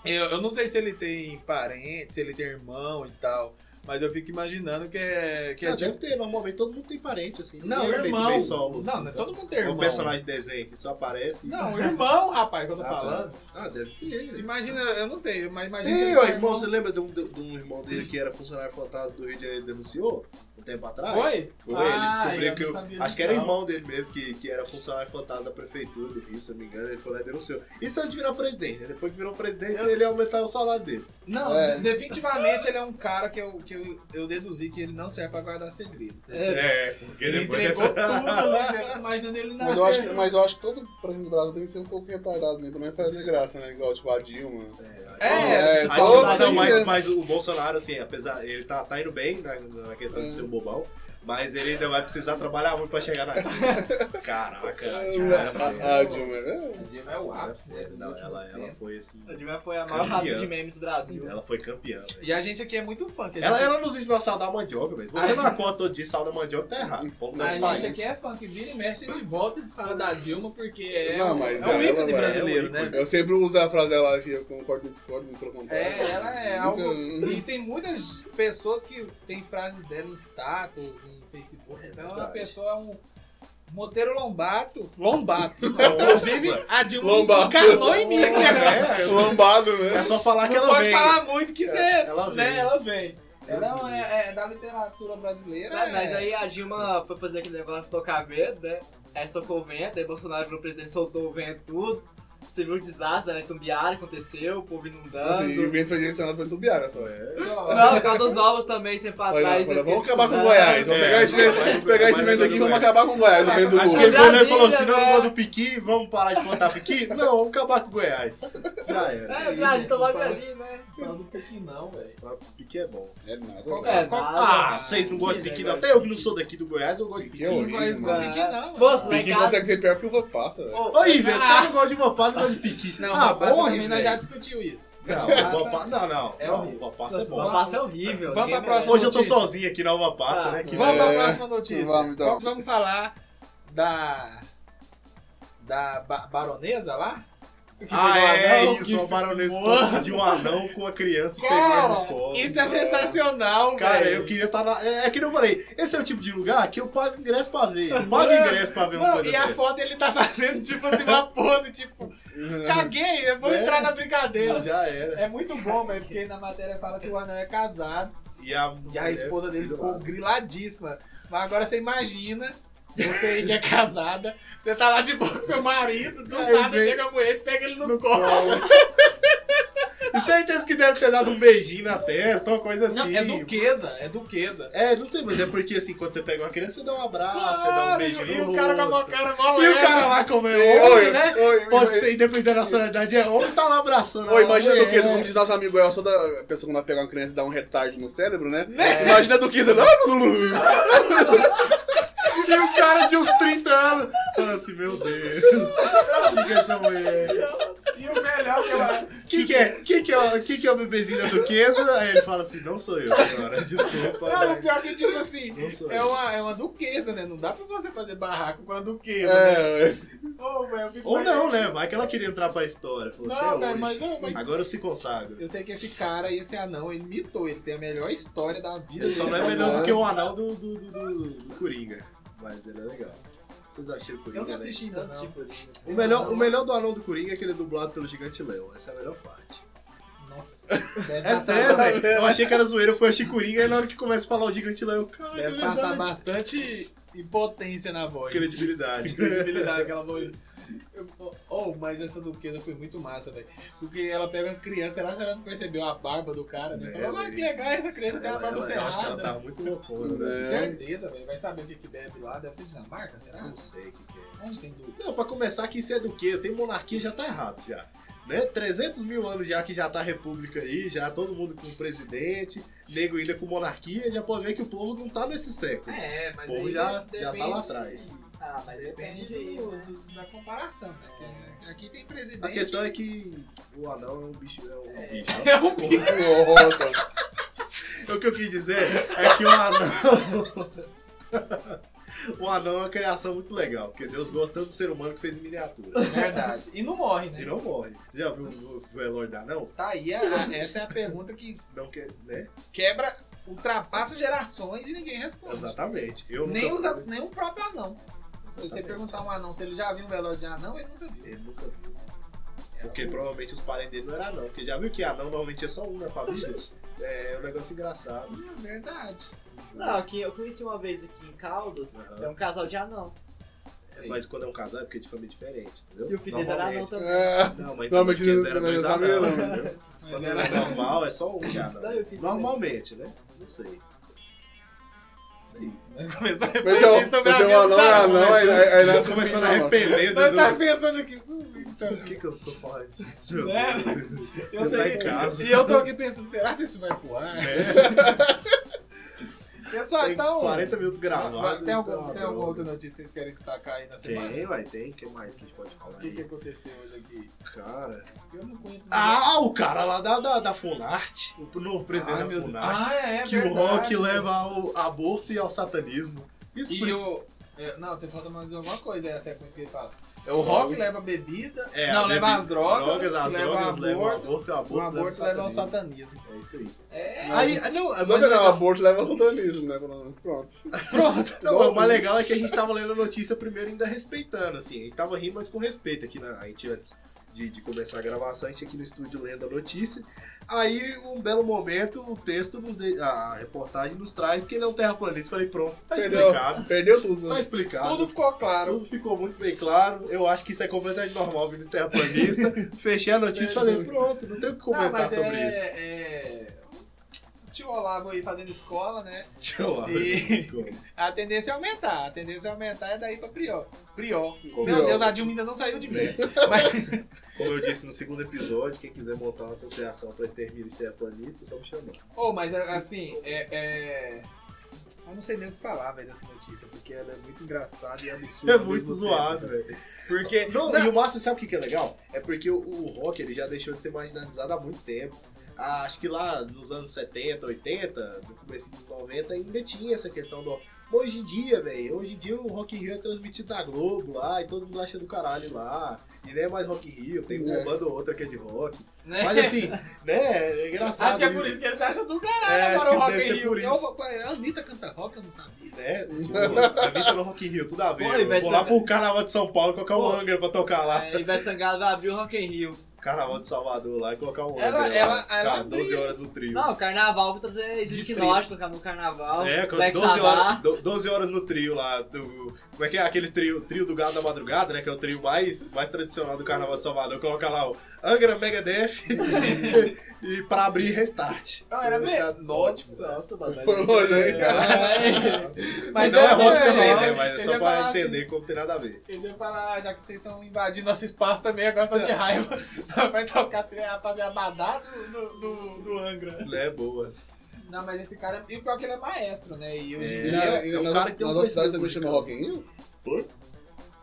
B: Eu, eu não sei se ele tem parente, se ele tem irmão e tal. Mas eu fico imaginando que é. Que é
A: Ah,
B: tipo-
A: deve ter, normalmente todo mundo tem parente, assim. Ninguém
B: não,
A: é meio que
B: irmão.
A: bem solo,
B: não,
A: assim,
B: não é
A: tá?
B: todo mundo tem
A: É
B: irmão.
A: um personagem de desenho que só aparece. e-
B: Não, irmão, rapaz, que eu tô
A: Ah,
B: falando.
A: tá. Ah, deve ter. né?
B: Imagina, eu não sei, mas imagina.
A: Ei,
B: ele
A: ó,
B: tem
A: irmão, você lembra de um, de um irmão dele que era funcionário fantasma do Rio de Janeiro e denunciou? Um tempo atrás?
B: Foi?
A: Foi,
B: Ah, eu
A: ele descobriu
B: não
A: que. eu-
B: sabia
A: acho que era
B: disso, não.
A: irmão dele mesmo, que, que era funcionário fantasma da prefeitura do Rio, se eu não me engano. Ele foi lá e denunciou. Isso antes de virar presidente. né? Depois que virou presidente, ele ia aumentar o salário dele.
B: Não,
C: É.
B: definitivamente ele é um cara que, eu, que eu, eu deduzi que ele não serve pra guardar segredo.
A: É, porque
B: Ele entregou tudo ali, velho. Imaginando ele nascer.
C: Mas eu, acho que, mas eu acho que todo presidente do Brasil tem que ser um pouco retardado mesmo, pra não fazer graça, né? Igual tipo a Dilma.
B: É,
A: Aí,
C: todo
A: não,
C: tem que
A: mas,
C: ser-
A: mas o Bolsonaro, assim, apesar. Ele tá, tá indo bem na, na questão
B: É.
A: de ser um bobão, mas ele ainda vai precisar trabalhar muito pra chegar na.
B: É,
A: Caraca, a Dilma era feia.
C: A, a Dilma, né?
B: A Dilma é o ápice, né, dos
A: Não,
B: últimos
A: ela, ela
B: tempos.
A: foi assim.
D: A Dilma foi a maior rato de memes do Brasil.
A: Ela foi campeã, velho.
B: E a gente aqui é muito fã. Que a
A: Ela,
B: gente...
A: ela nos ensinou a saudar a mandioca, velho. Se você
B: Ai.
A: não acorda todo dia e salda a mandioca, tá errado. Ponto
B: A
A: de
B: gente
A: país.
B: aqui é fã que vira e mexe, a gente volta e fala da Dilma, porque é,
C: Não,
B: um-
C: mas
B: é um
C: ela
B: ícone
C: vai-
B: brasileiro,
A: é um
B: né?
C: Eu sempre uso a frase ela eu concordo e discordo, não pelo contrário.
B: É, ela é
C: Nunca-
B: algo. E tem muitas pessoas que têm frases dela em status, em Facebook.
A: É
B: então a
A: verdade.
B: pessoa é um. Monteiro Lombato. Lombato.
A: Nossa.
B: Inclusive, a Dilma
C: Lombato.
B: encarnou em mim aqui agora.
A: É, eu-
C: Lambado,
A: é
C: né?
A: só falar que
B: Não
A: ela
B: pode
A: vem.
B: falar muito que você.
D: É.
A: Ela
B: né,
A: vem.
B: ela vem. Ela é, é da literatura brasileira.
D: Sabe, mas
B: é-
D: aí a Dilma foi fazer aquele negócio de tocar vento, né? Aí estocou o vento, aí Bolsonaro virou presidente, soltou o vento tudo. Teve um desastre, né? Tumbiara aconteceu, o povo inundando.
C: Assim, e o vento foi direcionado pra Itumbiara só. É.
B: Ó,
D: Não, Caldas Novas também, tempo
C: Olha lá,
D: atrás.
C: olha lá,
D: né,
C: vamos
D: teve
C: acabar com o
D: tsunami.
C: Goiás. Vamos
A: É,
C: pegar esse
A: vai-
C: vento,
A: vai-
C: pegar
A: vai-
C: esse
A: vai-
C: vento
A: vai-
C: aqui e
A: vai-
C: vamos acabar com o Goiás. O vento do
A: Acho que é
B: é
A: né?
C: Google.
A: ele foi lá e falou:
D: Brasília,
A: se não
D: velho.
B: né?"
A: gosta do piqui, vamos parar de plantar piqui? Não, vamos acabar com o Goiás. Já
D: É,
A: era.
D: o Brasil tá logo ali, né?
B: Não, não pique não, velho.
A: Mas Piqui é bom.
C: É nada.
B: Qual-
C: velho.
D: É, nada,
A: Ah,
D: nada.
A: vocês não gostam de
D: Que
A: piqui, não.
D: negócio.
A: Até eu que não sou daqui do Goiás, eu gosto de piqui.
C: Piqui é horrível.
B: Mas não pique não, mano.
D: Moço,
C: Piqui
D: Molecada.
C: consegue ser pior que o Van Passa, velho.
D: Ô,
A: Oi, velho, os
B: Ah.
A: caras não gostam de Vopá, não gostam de piqui. ah,
B: Não, ah, passa
A: morre,
B: também nós
A: velho.
B: já discutiu isso.
A: Não,
B: Ah, Passa-
A: Vopá- não, não.
B: É
A: não,
B: horrível.
A: Vopá é
D: Uma
A: bom.
D: passa é horrível.
B: Vamos pra
D: ninguém
B: próxima.
D: merece.
A: Hoje eu tô sozinho aqui na Uva Passa,
D: Ah,
A: né? que-
B: Vamos pra
C: É.
B: próxima notícia.
C: Vamos, então.
B: Vamos- vamos falar da. Da ba- baronesa lá? Que
A: Ah,
B: pegou o
A: é
B: anel, que
A: isso, o
B: se-
A: baronesa
B: Mano.
A: confundiu um anão com uma criança e pegou ele no
B: Cara,
A: colo.
B: isso é sensacional,
A: Cara,
B: velho.
A: eu queria estar na. É, é que nem eu falei, esse é o tipo de lugar que eu pago ingresso pra ver. Eu pago ingresso pra ver umas
B: É. Não,
A: coisas
B: e a
A: dessas.
B: foto ele tá fazendo tipo assim, uma pose, tipo, caguei, eu vou
A: É.
B: entrar na brincadeira.
A: Já era.
B: É muito bom, velho, porque na matéria fala que o anel é casado
A: E a,
B: e a
A: mulher
B: esposa dele
A: É, do
B: ficou
A: lado.
B: griladíssima. Mas agora você imagina, você aí que é casada, você tá lá de boa com seu marido, do
A: Aí
B: nada
A: vem-
B: chega a mulher e pega ele no
A: no
B: colo.
A: colo. E certeza que deve ter dado um beijinho na testa, uma coisa assim.
B: Não, é duquesa, é duquesa.
A: É, não sei, mas é porque assim, quando você pega uma criança, você dá um abraço, você dá um
B: Claro,
A: beijinho.
B: e
A: no
B: o cara com a mó
A: rosto.
B: cara mó
A: E o
B: leve.
A: cara lá como
C: Oi,
A: é homem,
C: oi,
A: né?
C: oi,
A: Pode
C: oi.
A: ser, independente da nacionalidade, é homem, tá lá abraçando.
C: Ô,
A: a
C: imagina a
A: mulher.
C: Duquesa, como diz nosso amigo Goiás, só da a pessoa quando ela pega uma criança e dá um retardo no cérebro, né?
B: Né?
C: Imagina a Duquesa. Ah,
A: E o cara de uns 30 anos. Fala assim, meu Deus. Quem que é essa mulher?
B: E o melhor que eu acho.
A: Quem que é, quem que é, o- quem que é o bebezinho da Duquesa? Aí ele fala assim, não sou eu, senhora. Desculpa.
B: Não, o
A: né?
B: pior que, tipo assim,
A: Não sou
B: é
A: eu.
B: uma, é uma duquesa, né? Não dá pra você fazer barraco com a duquesa, né?
C: é,
B: Ô, velho, eu fico
A: Ou não,
B: imaginando-
A: né? Vai que ela queria entrar pra história. Falou, você é
B: Não, velho,
A: hoje.
B: mas, eu- mas
A: Agora eu se consagro.
B: eu sei que esse cara, esse anão, ele mitou, ele tem a melhor história da vida.
A: Ele só não
B: dele.
A: é melhor do que o anal do, do, do, do- do Coringa. Mas ele é legal. Vocês acharam o Coringa?
B: Eu não
A: né?
B: assisti ainda,
D: Tanto
B: não.
D: tipo de-
A: O melhor, o melhor do anão do Coringa é que ele é dublado pelo gigante Léo. Essa é a melhor parte.
B: Nossa. deve
A: É
B: passar-
A: sério, velho. Eu achei que era zoeira, eu fui achei Coringa e na hora que começa a falar o gigante Léo, eu, caralho, é
B: Deve passar
A: verdade.
B: bastante impotência na voz.
A: Credibilidade.
B: Credibilidade, aquela voz. Eu- Ô, Oh, mas essa duquesa foi muito massa, velho. Porque ela pega uma criança, ela, ela não percebeu a barba do cara, né?
A: É,
B: Ela vai
A: velho.
B: pegar essa criança tem a barba
A: ela, tá- eu acho que ela
B: cerrada.
A: tava muito loucona,
B: Com
A: né?
C: É.
B: certeza, velho. Vai saber o que, que bebe lá. Deve ser Dinamarca, será?
A: Não sei o que, que é.
B: Onde tem duque?
A: Não, pra começar, que isso é do quê? Tem monarquia já tá errado, já. Né? 300 mil anos já que já tá república aí, já todo mundo com presidente, nego ainda com monarquia, já pode ver que o povo não tá nesse século.
D: É, mas
A: O povo
D: aí
A: já-
D: depende-
A: já tá lá atrás.
D: Ah, mas depende aí,
B: do-
D: né?
B: do- da comparação, né? Porque Aqui tem presidente.
A: A questão é que o anão é um bicho. É um bicho.
B: É um bicho.
C: Nossa,
A: O que eu quis dizer é que o anão. o anão é uma criação muito legal, porque Deus gosta tanto do ser humano que fez em miniatura.
B: Verdade. E não morre, né?
A: E não morre. Você já viu o velório da anão?
B: Tá aí, a- essa é a pergunta que
A: Não quer, né?
B: quebra, ultrapassa gerações e ninguém responde.
A: Exatamente. Eu
B: Nem,
A: nunca
B: os, a-
A: fui-
B: nem o próprio anão. Se você
A: Exatamente.
B: perguntar um anão se ele já viu um velório de anão, ele nunca viu.
A: Ele nunca viu.
B: É
A: Porque
B: algo-
A: provavelmente os parentes dele não eram anão. Porque já viu que anão normalmente é só um na família? É um negócio engraçado.
B: Hum, é verdade.
D: Não, aqui, eu conheci uma vez aqui em Caldas,
A: Aham.
D: é um casal de anão.
A: Mas quando é um casal é porque é de família diferente, entendeu?
D: E o filho deles era anão
A: Normalmente.
D: também.
C: é.
A: Não, mas
C: Não,
A: não,
C: mas
A: mas
C: eles-
A: eram
C: mas
A: dois
C: eles estavam
A: anão,
C: errando.
A: entendeu? Quando era normal, é só um que é anão.
D: Não, eu fiz
A: Normalmente, né? Não sei. Não sei.
B: Começou a
C: Mas é
B: repetir
C: o-
B: sobre
C: mas
B: a
C: é o anão,
A: "Ah,
C: é
B: mesma
C: anão, aí- aí aí nasce um
A: começando a
C: pinto, mano.
A: arrepender.
B: Nós
A: Dudu.
B: tá pensando aqui. hum,
C: tá-
B: então,
A: Por que, que eu tô falando disso, meu
B: Né?
A: Deus?
B: Eu
A: tá
B: sei-
A: em casa.
B: E eu tô aqui pensando, será que isso vai pro ar? Pessoal,
A: É. Tem
B: então.
A: 40 minutos gravados.
B: Tem, algum-
A: Tá, então,
B: tem alguma
A: bro.
B: outra notícia que vocês querem destacar aí na semana?
C: é
A: Tem, vai, tem. O que mais que a gente pode falar
B: O que, que
A: aí?
B: aconteceu hoje aqui?
A: Cara.
B: Eu não conheço.
A: Ah, o cara lá da, da, da Funarte, o novo presidente
B: Ai,
A: da
B: meu Deus.
A: Funarte,
B: Ah, é,
A: que
B: verdade.
A: o rock leva ao aborto e ao satanismo. Isso
B: E
A: foi-
B: o. é, Não, tem falta mais alguma coisa aí, a sequência que ele fala. É o rock leva bebida.
A: É,
B: não,
A: a
B: leva
A: bebida-
B: as drogas.
A: as
B: leva
A: drogas
B: o
A: levam ao
B: aborto.
A: aborto e o
B: O
A: aborto,
B: aborto leva ao satanismo.
A: É isso aí.
B: É.
A: Aí, não, mas
C: Não, não, não,
A: legal-
C: um aborto leva ao satanismo, né? mano? Pronto.
B: Pronto.
A: Não,
C: Igualzinho.
A: o mais legal é que a gente tava lendo a notícia primeiro ainda respeitando, assim. A gente tava rindo, mas com respeito aqui na. A gente antes de, de começar a gravação, a gente aqui no estúdio lendo a notícia. Aí, um belo momento, o texto nos de- a reportagem nos traz que ele é um terraplanista. Falei, pronto, tá
C: Perdeu.
A: explicado.
C: Perdeu tudo. né?
A: Tá explicado.
B: Tudo ficou claro.
A: Tudo ficou muito bem claro. Eu acho que isso é completamente normal vindo terraplanista. Fechei a notícia e falei, pronto, não tem o que
B: Não,
A: comentar
B: mas
A: sobre
B: é,
A: isso.
B: é- o Tio Olavo aí fazendo escola, né?
A: Deixa eu lá.
B: E-
A: desculpa.
B: A tendência é aumentar. A tendência é aumentar é daí pra prior. Prior.
C: Prior.
B: Meu Deus, a Dilma ainda não saiu de mim. Mas
A: Como eu disse no segundo episódio, quem quiser montar uma associação para extermínio de terraplanista, é só me chamar.
B: Oh, mas assim, é, é- Eu não sei nem o que falar, velho, dessa notícia, porque ela é muito engraçada e absurda.
A: É
B: ao
A: muito
B: mesmo
A: zoado,
B: tempo.
A: velho.
B: Porque.
A: Não,
B: Não.
A: E o Márcio, sabe o que que é legal? É porque o, o rock ele já deixou de ser marginalizado há muito tempo. Ah, acho que lá nos anos 70, 80, no começo dos 90, ainda tinha essa questão do. Mas hoje em dia, velho, hoje em dia o Rock in Rio é transmitido na Globo lá e todo mundo acha do caralho lá. E nem é mais Rock in Rio, tem uma
C: É.
A: banda ou outra que é de rock.
B: né?
A: Mas assim, né? É engraçado.
B: Acho que é por
A: isso.
B: isso que eles acham do
A: É,
B: caralho
A: acho
B: agora
A: que
B: o Rock
A: deve
B: in
A: ser
B: Rio.
A: por
B: Eu-
A: isso.
B: a Anitta canta rock, eu não sabia.
A: né? Pô, a vida no Rock in Rio, tudo a ver.
D: Pô,
A: mano.
D: Ivete
A: Vou lá
D: Sangalo.
A: pro Carnaval de São Paulo e colocar um
D: Pô.
A: Angra pra tocar lá.
D: É, Ivete Sangalo vai abrir o Rock in Rio.
A: Carnaval de Salvador lá e colocar um Angra.
B: Ela-
A: lá,
B: ela-
A: cara,
B: ela
A: 12
B: abria.
A: horas no trio.
D: Não, carnaval, vou trazer
B: De
D: Slipknot, colocar no carnaval.
A: é,
D: Black
A: 12 horas,
D: Sabbath.
A: do- 12 horas no trio lá. do- como é que é? Aquele trio, trio do Gado da Madrugada, né? Que é o trio mais, mais tradicional do Carnaval de Salvador. Coloca lá o Angra Mega Def e pra abrir restart. Tá
B: Não, era mesmo.
A: Ótimo.
B: Nossa.
D: Nossa, mano.
C: Foi longe, né? hein,
B: É.
C: cara?
A: Mas não é
B: deve-
A: rock também,
B: é,
A: né? Mas é
B: ele
A: só
B: ia
A: pra
B: falar assim,
A: entender como tem nada a ver.
B: Ele ia falar, "Ah, já que vocês estão invadindo nosso espaço também, agora só de raiva. Vai tocar, tri- fazer a badá do, do, do, do Angra.
A: Né, boa.
B: Não, mas esse cara. E o pior que ele é maestro, né? E hoje em
A: É.
C: E
B: dia.
C: na,
A: é
C: e
A: um
C: na,
A: cara
C: nossa,
A: que tem
C: na
A: um
C: nossa
A: perfil
C: cidade também
A: de
C: chama
A: cara.
C: Rock in Rio?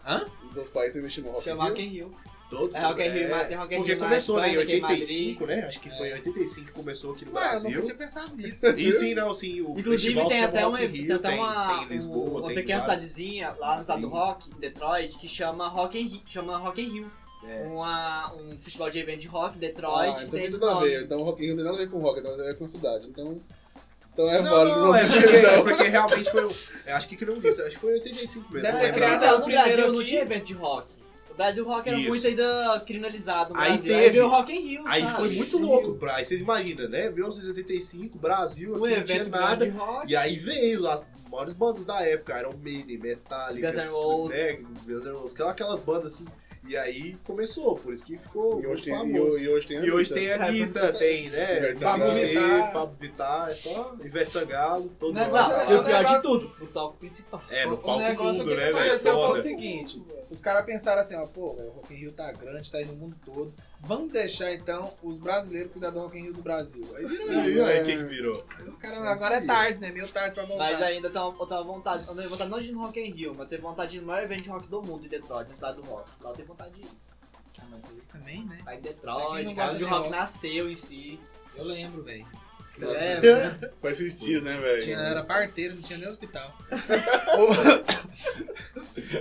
B: Hã?
C: Nos seus pais também chamam Rock in
D: Chama Rock
C: Rio?
D: in Rio.
A: Todo
D: É Rock in Rio,
A: é,
D: mas tem Rock in Rio
A: Porque
D: mais
A: começou né, em
D: banda, é tem
A: 85, né? Acho que foi
D: É.
A: em 85 que começou aqui no
B: Ué, eu nunca
A: Brasil.
B: tinha pensado nisso.
A: E sim, não, sim, o
D: Inclusive
A: festival
D: tem
A: chama
D: até, um,
A: Rock in
D: tem
A: Rio,
D: até uma,
A: tem em Lisboa,
D: uma
A: tem
D: pequena
A: vários.
D: cidadezinha lá no estado do
A: Sim.
D: rock, em Detroit, que chama Rock in Rio. Chama rock in Rio.
A: É.
D: Uma- um festival de evento de rock em Detroit.
C: Ah, então
D: tem
C: tem
D: esse
C: tudo a
D: nome.
C: ver. Então Rock in Rio não tem nada a ver com rock, tem nada a ver com a cidade. Então, então é
A: Não,
C: válido.
A: não, é
C: sei
A: porque, é
C: então.
A: porque realmente foi. um- é, Acho que que não disse, acho que foi em 85 mesmo.
B: Deve
A: não
B: ter
A: lembro
B: criado
A: agora.
B: o
D: no
B: primeiro
D: Brasil não
B: aqui.
D: tinha evento de rock. O Brasil Rock era
A: Isso.
D: muito ainda criminalizado. no
A: Aí
D: Brasil.
A: teve.
D: veio o Rock in Rio.
A: Aí
D: sabe?
A: foi muito louco, pra- aí vocês imaginam, né? 1985, Brasil,
D: Um
A: aqui não tinha
D: evento
A: nada.
D: grande de rock.
A: E aí veio as maiores bandas da época, Iron Maiden, Metallica,
D: Guns N' Roses.
A: né, Guns N' Roses, aquelas- aquelas bandas assim. E aí começou, por isso que ficou
C: E hoje, tem,
A: muito
C: e,
A: famoso.
C: hoje- e hoje tem
A: E hoje
C: Anitta.
A: tem a Anitta, tem, né?
C: Ivete
A: Pablo
B: Sangalo.
A: Vittar, Pablo Vittar, é só Ivete Sangalo, todo
D: Não,
A: mundo.
D: não,
A: lá.
D: e o pior
B: negócio-
D: de tudo, Né, o palco principal.
A: É, no
B: o
A: palco
B: negócio
A: mundo,
B: que
A: né, velho?
B: aconteceu foi assim, o
A: Foda.
B: seguinte, os caras pensaram assim, ó, pô, velho, o Rock in Rio tá grande, tá aí no mundo todo, vamos deixar então os brasileiros cuidar do Rock in Rio do Brasil. Aí virou
A: E aí,
B: isso.
C: é.
A: olha quem que virou.
B: Os caras, agora é tarde, né, meio tarde pra voltar.
D: Mas ainda tá, eu tava vontade, eu tava vontade não de ir no Rock in Rio, mas teve vontade de ir no maior evento de rock do mundo em Detroit, na cidade do rock. Lá eu tenho vontade de ir.
B: Ah, mas aí também, né,
D: Lá em
B: Pra quem não
D: Detroit,
B: gosta
D: cara, onde
B: de
D: o rock
B: rock.
D: nasceu em si. É,
B: eu lembro, velho.
D: Você
B: Nossa,
D: lembra?
C: Foi esses dias, né, velho?
B: Tinha, era parteiro, não tinha nem hospital.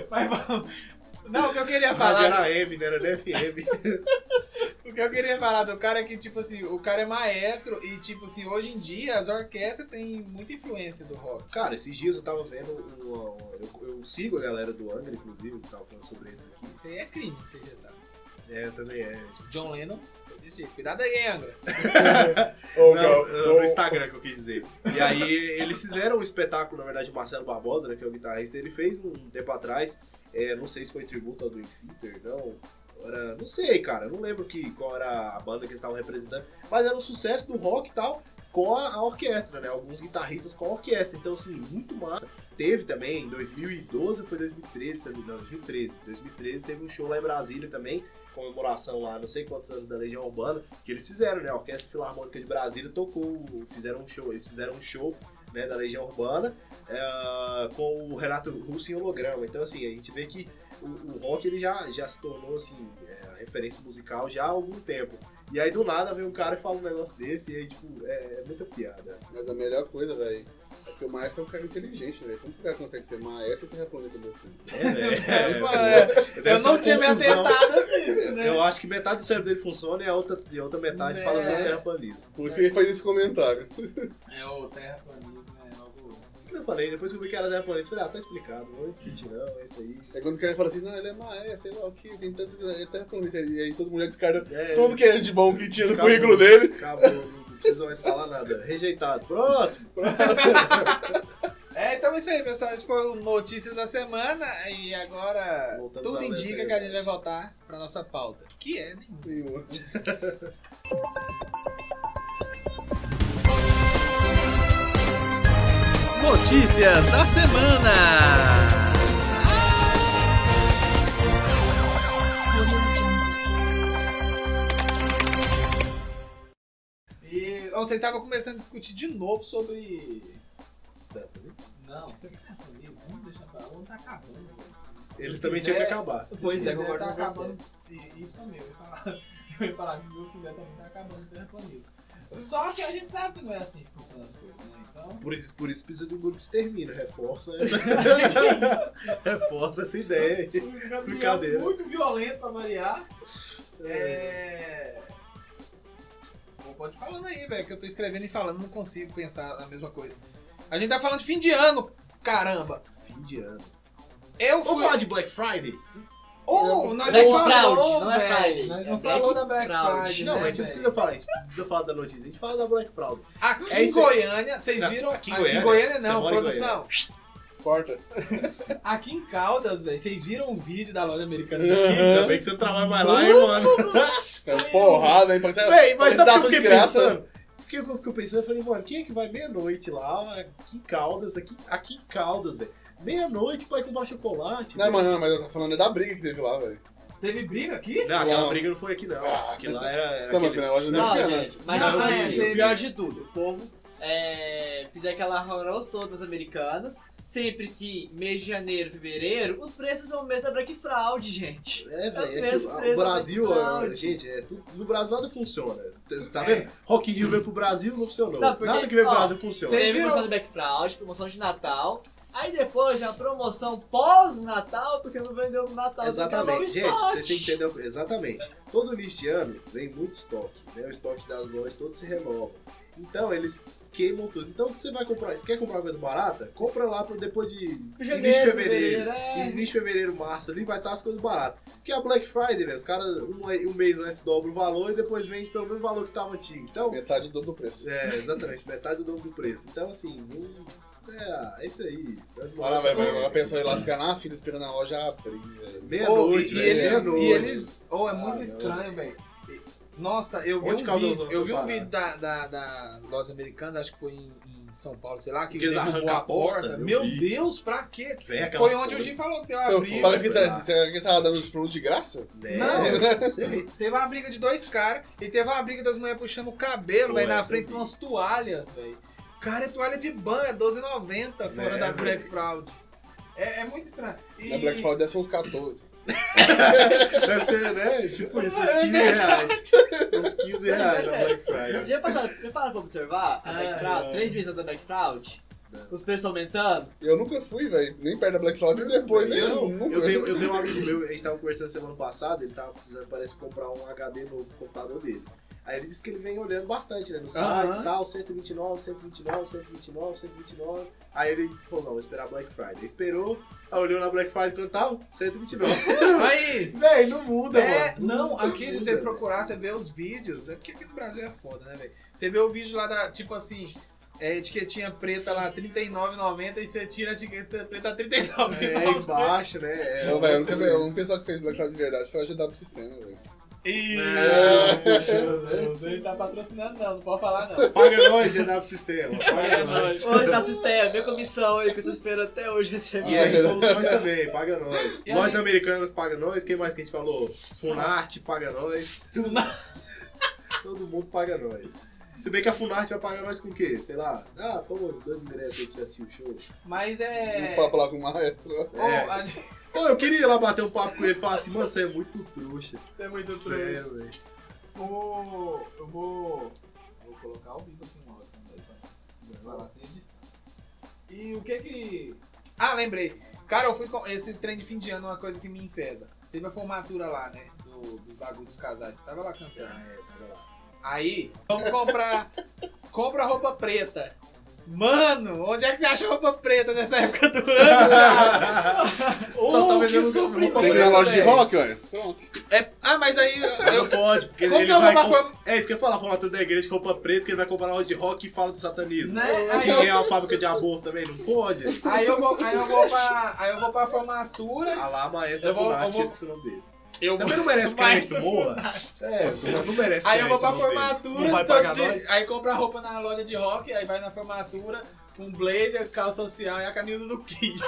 B: Mas vamos. Não, o que eu queria
A: Rádio
B: falar.
A: era M, né? Era DFM.
B: O que eu queria falar do cara é que, tipo assim, o cara é maestro e, tipo assim, hoje em dia as orquestras têm muita influência do rock.
A: Cara, esses dias eu tava vendo uma- uma- eu, eu sigo a galera do Angra, inclusive, que tava falando sobre eles aqui.
B: Isso aí é crime, não sei se você sabe.
A: É, eu também é.
B: John Lennon, foi desse jeito. Cuidado aí, Angra.
C: Ô,
A: Não,
C: Gal,
A: no,
C: ô,
A: Instagram que eu quis dizer. E aí eles fizeram um espetáculo, na verdade, o Marcelo Barbosa, né, que é o guitarrista, ele fez um tempo atrás, é, não sei se foi tributo ao Dream Theater, não. Era, não sei, cara, não lembro que, qual era a banda que eles estavam representando, mas era um sucesso do rock e tal, com a, a orquestra, né? Alguns guitarristas com a orquestra, então assim, muito massa. Teve também, em 2012, ou foi 2013, se eu não me engano, 2013. 2013 teve um show lá em Brasília também, comemoração lá, não sei quantos anos da Legião Urbana que eles fizeram, né? A Orquestra Filarmônica de Brasília tocou, fizeram um show, eles fizeram um show né, da Legião Urbana eh, com o Renato Russo em holograma. Então, assim, a gente vê que o, o rock ele já, já se tornou assim, eh, a referência musical já há algum tempo. E aí do nada vem um cara e fala um negócio desse, e aí, tipo, é, é muita piada.
C: Mas a melhor coisa, velho, é que o maestro é um cara inteligente, velho. Como que o cara consegue ser maestro e terraplanista ao mesmo tempo?
A: É, né?
B: Pô,
A: É,
B: é,
A: deve
B: eu
A: ser
B: não
A: uma
B: tinha me
A: confusão.
B: atentado nisso, né?
A: Eu acho que metade do cérebro dele funciona e a outra, e a outra metade
B: Né?
A: fala só terraplanismo.
C: Por isso que ele faz esse comentário.
B: É o terraplanismo, é algo.
A: Eu falei, depois que eu vi que era terraplanista, eu falei, ah, tá explicado, não vou discutir não, é isso aí.
C: É quando o cara fala assim, não, ele é maestro, sei lá o que, tem tantos... Ele é terraplanista. E aí todo mundo já descarta
A: É,
C: tudo que é de bom que tinha no
A: Acabou.
C: currículo dele.
A: Acabou, não precisa mais falar nada. Rejeitado. Próximo.
B: É, então é isso aí, pessoal. Esse foi o Notícias da Semana. E agora
A: Voltamos
B: tudo
A: à
B: indica
A: letra,
B: que a gente vai voltar pra nossa pauta. Que é nenhum.
C: Nenhuma.
B: Notícias da Semana! E ó, vocês estavam começando a discutir de novo sobre. Não, vamos deixar pra lá, não tá acabando. velho.
A: Eles também tinham que
B: É.
A: acabar.
D: Pois é,
B: Se quiser,
D: concordo
B: tá
D: com você.
B: acabando. E- Isso também, eu ia falar. Eu ia falar que se Deus quiser também tá acabando o terraplanismo. Só que a gente sabe que não é assim que funcionam as coisas, né? Então.
A: Por isso, por isso precisa de um grupo de extermínio. Reforça essa, reforça essa ideia. aí.
B: Um campeão
A: Brincadeira.
B: Muito violento pra variar. É. Bom, Pode ir falando aí, velho, que eu tô escrevendo e falando, não consigo pensar a mesma coisa. A gente tá falando de fim de ano, caramba.
A: Fim de ano.
B: Eu
A: Vamos
B: fui.
A: falar de Black Friday?
B: Ou, nós
D: Black
B: não falamos,
D: Fraud, não é
B: velho.
D: Friday,
B: Nós
D: é
B: não
D: Black
B: falamos da Black
D: Fraud.
B: Friday.
A: Não,
B: né,
A: a gente não
B: velho?
A: precisa falar, a gente não precisa falar da notícia, a gente fala da Black Friday.
B: Aqui
A: É
B: em
A: isso aí.
B: Goiânia, vocês
A: Não,
B: viram.
A: aqui em
B: aqui em
A: Goiânia,
B: Goiânia
A: você
B: não,
A: mora em
B: produção.
C: Corta.
B: Aqui em Caldas, velho, vocês viram o vídeo da loja americana
C: Uhum.
A: Ainda bem que você não trabalha mais lá, hein, mano?
C: É porrada, hein? pra-
A: Véi, mas sabe o
C: pra dar
A: que eu
C: tudo de
A: fiquei
C: graça.
A: pensando? Fiquei, eu fiquei pensando, eu falei, mano, quem é que vai meia-noite lá, aqui em Caldas, aqui, aqui em Caldas, velho? Meia-noite pra ir comprar chocolate. né? velho.
C: Não, mas não, mas eu tô falando é da briga que teve lá, velho.
D: né?
B: Teve briga aqui?
A: Não, aquela
C: Não.
A: briga não foi aqui, não.
C: Ah,
A: Aquilo lá era. era
C: Tá, mas
A: aquele-
C: na loja não
D: Não,
C: é
D: gente, mas
B: Não,
D: não,
A: não
D: é,
A: consigo.
D: o pior de tudo, o povo é, fizer aquela arroz todas americanas, sempre que mês de janeiro, fevereiro, os preços são o mês da Black Fraud, gente.
A: É,
D: Os
A: velho, é que
D: preços,
A: o-
D: preços,
A: o Brasil,
D: preços,
A: ah,
D: fraude.
A: gente, é tudo- no Brasil nada funciona. Tá- Tá
B: É.
A: vendo? Rock
C: Hum.
A: in Rio veio pro Brasil, não funcionou.
D: Não, porque-
A: nada que veio pro
D: ó,
A: Brasil funciona.
B: Vocês
D: Teve
B: viram?
D: promoção de Black Fraud, promoção de Natal. Aí depois já promoção pós-Natal, porque não vendeu no Natal.
A: Exatamente,
D: porque
A: gente,
D: acabou o
A: vocês têm que entender.
D: Tá um estoque.
A: uma coisa. Exatamente. Todo início de ano vem muito estoque, né? O estoque das lojas todo se renova. Então eles queimam tudo. Então o que você vai comprar? Você quer comprar uma coisa barata? Compra lá pro depois de início de fevereiro.
D: é.
A: Início de fevereiro, março ali vai estar as coisas baratas. Porque a Black Friday, velho, os caras um, um mês antes dobram o valor e depois vende pelo mesmo valor que tava antigo. Então,
C: Metade do dobro do preço.
A: É, exatamente, metade do dobro do preço. Então, assim, não, É, é isso aí.
C: Ah, velho, mas agora a pessoa ir lá ficar na fila esperando a loja abrir, velho.
B: Ou,
A: Meia-noite,
B: e,
A: velho.
B: eles, e
A: Meia-noite.
B: eles. Ou é muito
A: Ah, não.
B: estranho, velho. Nossa, eu vi
A: Onde
B: um
A: Caldas
B: vídeo,
A: vai
B: eu vi um
A: parar?
B: vídeo da, da, da loja americana, acho que foi em, em São Paulo, sei lá, que,
A: Que eles
B: derrubou
A: arrancam
B: a
A: a porta,
B: porta.
A: eu
B: Meu
A: vi.
B: Deus, pra quê?
A: Véi, aquelas
B: Foi onde o
A: coisas.
B: Jim falou que eu
C: Então,
B: abri.
C: Parece que
A: velho.
C: você será que você tava dando os produtos de graça?
A: Né?
B: Não.
A: Não sei.
B: Teve uma briga de dois caras e teve uma briga das mulheres puxando o cabelo,
A: Pô, é
B: velho, na
A: essa
B: frente
A: eu
B: de
A: vi.
B: umas toalhas, velho. Cara, é toalha de banho, é 12,90 fora
A: Né,
B: da
A: velho?
B: Black Fraud. É, é muito estranho. E-
C: Na Black Friday deve ser uns 14.
A: Deve ser, né? Tipo isso,
B: É
A: uns 15 reais. Uns 15 reais na Black Friday.
D: Já passaram, você para pra observar a Black
A: Ai,
D: Fraud,
A: ai.
D: três vezes a Black Fraud,
A: Não.
D: os preços aumentando,
C: Eu nunca fui, velho. Nem perto da Black Friday nem depois, né?
A: eu, não,
C: nunca.
A: eu, tenho, eu tenho um amigo meu, a gente tava conversando semana passada, ele tava precisando, parece, comprar um HD novo pro computador dele. Aí ele disse que ele vem olhando bastante, né? No site
B: Aham.
A: e tal, 129, 129, 129, 129. Aí ele falou, não, vou esperar Black Friday. Esperou, aí olhou na Black Friday tá quanto tava? 129.
B: Aí,
A: Véi, não muda,
B: É,
A: mano.
B: não, aqui se
A: muda,
B: você
A: velho.
B: procurar, você vê os vídeos. É porque aqui no Brasil é foda, né, velho? Você vê o vídeo lá da, tipo assim, é, etiquetinha preta lá, R$39,90 e você tira a etiqueta preta
A: É,
B: R$39,90.
A: embaixo, né? É,
C: Não, velho, eu nunca vi.
A: é
C: Eu não pessoal que fez Black Friday de verdade foi ajudar pro sistema, velho.
B: E...
A: É,
B: Puxa, não sei, tá patrocinando não, não pode falar não.
A: Paga nós, GW Sistema.
B: Paga
A: Paga
B: nós.
A: nós.
D: hoje tá sistema, minha comissão aí que eu tô esperando até hoje receber.
A: E aí, soluções também, paga nós.
B: E aí?
A: nós americanos paga nós, quem mais que a gente falou? Funarte paga nós. Todo mundo paga nós. Se bem que a Funarte vai pagar nós com o quê? Sei lá. Ah, toma os dois ingressos aí pra você assistir o show.
B: Mas
C: Um
B: é...
C: papo lá com o maestro.
B: Ô,
A: É.
B: a gente
A: Pô, eu queria ir lá bater um papo com ele e falar assim, mano, você é muito trouxa.
B: é muito
A: Você
B: trouxa.
A: é, velho.
B: Vou. Eu vou. Vou colocar o vídeo aqui no áudio, não dá pra isso. Vou falar sem edição. E o que que. Ah, lembrei. Cara, eu fui com. Esse trem de fim de ano é uma coisa que me enfesa. Teve a formatura lá, né? Do, dos bagulhos dos casais. Você tava lá cantando.
A: Ah, é, tava lá.
B: Aí, vamos comprar. compra roupa preta. Mano, onde é que você acha roupa preta nessa época do ano?
A: Só tá
B: Oh, que
A: vendendo
B: sofrimento.
A: roupa
C: Tem que ir na loja de
B: velho.
C: rock, velho. Pronto.
B: É... Ah, mas aí. Eu...
A: Não pode, porque
B: Como
A: ele
B: que eu
A: vai...
B: vou pra
A: com-
B: forma-
A: É isso que eu ia falar, formatura da igreja com roupa preta, que ele vai comprar loja de rock e fala do satanismo.
B: Né?
A: Que
B: Aí eu-
A: é uma fábrica de aborto também, não pode.
B: Aí eu vou, aí eu vou pra, aí eu vou pra formatura.
A: A Ah lá, maestro
B: Eu
A: da
B: vou- eu
A: Funarte,
B: vou-
A: que eu esqueci o nome dele.
B: Eu vou,
A: Também não merece crédito,
B: Maestro
A: morra. Certo, não merece crédito.
B: aí eu vou pra
A: não tem.
B: formatura,
A: Não vai
B: todo
A: pagar
B: dia-
A: nós?
B: aí compra roupa na loja de rock, aí vai na formatura com blazer, calça social e a camisa do Kiss.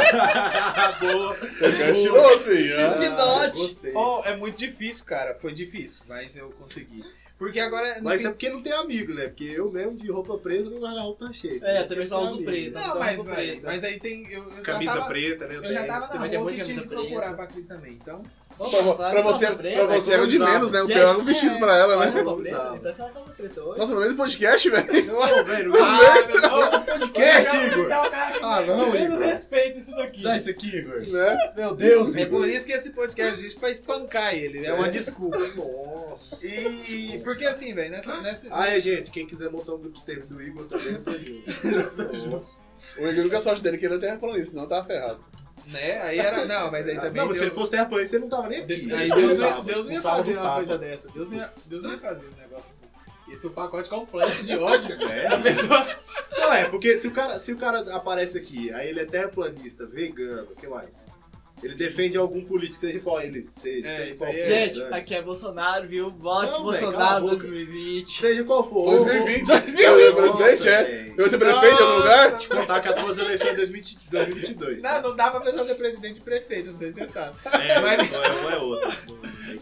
A: Boa.
C: Tô castigoso, filho.
A: Ah,
C: né?
B: Hipnote.
A: Gostei.
B: oh, é muito difícil, cara. Foi difícil, mas eu consegui. Porque agora. no
A: Mas
B: fim-
A: isso é porque não tem amigo, né? Porque eu mesmo de roupa preta, meu guarda-roupa tá cheio.
D: É,
A: Não
D: também
A: tem
D: só uso
A: amigo.
D: preto.
B: Não, mas, véi, mas aí tem. Eu, eu
A: Camisa
B: já tava,
A: preta, né?
B: Eu já tava na
D: Vai ter
B: rua
D: muita
B: e tinha que
D: camisa preta.
B: procurar pra Cris também. Então.
C: Pra, vo- pra você, pra você é o de menos, né? O pior é o vestido pra ela, né?
A: Usava.
D: Parece é uma calça preta hoje.
C: Nossa, no meio do podcast, velho.
A: Pô, velho,
B: Ah, meu Deus.
A: podcast, Igor! Ah,
B: Ah,
A: não,
B: Menos
A: Igor.
B: respeito isso daqui.
A: Dá isso aqui, Igor.
C: Né?
A: Meu Deus,
B: É por
A: Igor.
B: isso que esse podcast existe pra espancar ele, é uma desculpa.
A: Nossa.
B: E porque assim, velho, nessa, nessa.
A: Ah, é, gente, quem quiser montar um grupo esteve do Igor também, eu tô junto. Nossa.
C: O Igor nunca sorte dele que ele não tem falando isso, não tá ferrado.
B: Né? Aí era. Não, mas aí
A: Ah, Não,
B: também.
A: mas se ele
B: Deus,
A: fosse terraplanista, ele não tava nem aqui.
B: aí Deus,
A: Expulsava,
B: Deus não ia
A: expulsava do
B: fazer uma
A: um tapa.
B: coisa dessa. Deus não ia, Deus não ia fazer um negócio. Esse é o pacote completo de ódio.
A: É,
B: A pessoa.
A: Não, é, porque se o cara, se o cara aparece aqui, aí ele é terraplanista, vegano, o que mais? Ele defende algum político, seja qual ele seja,
B: É,
A: seja
B: isso
A: qual
B: aí
A: for.
B: é-
D: Gente,
A: dane-se.
D: aqui é Bolsonaro, viu? Vote
A: Não, velho, cala a
D: Bolsonaro
A: boca.
D: 2020.
A: Seja qual for.
C: 2020.
B: 2020.
A: Nossa,
C: Presidente, é?
A: velho.
C: Eu vou ser prefeito de algum lugar?
A: Te contar que as boas eleições de 2020 2022.
B: Não,
A: né?
B: não dá pra pessoa ser presidente e prefeito, não sei se você sabe.
A: É,
B: mas-
A: mas é uma é outra.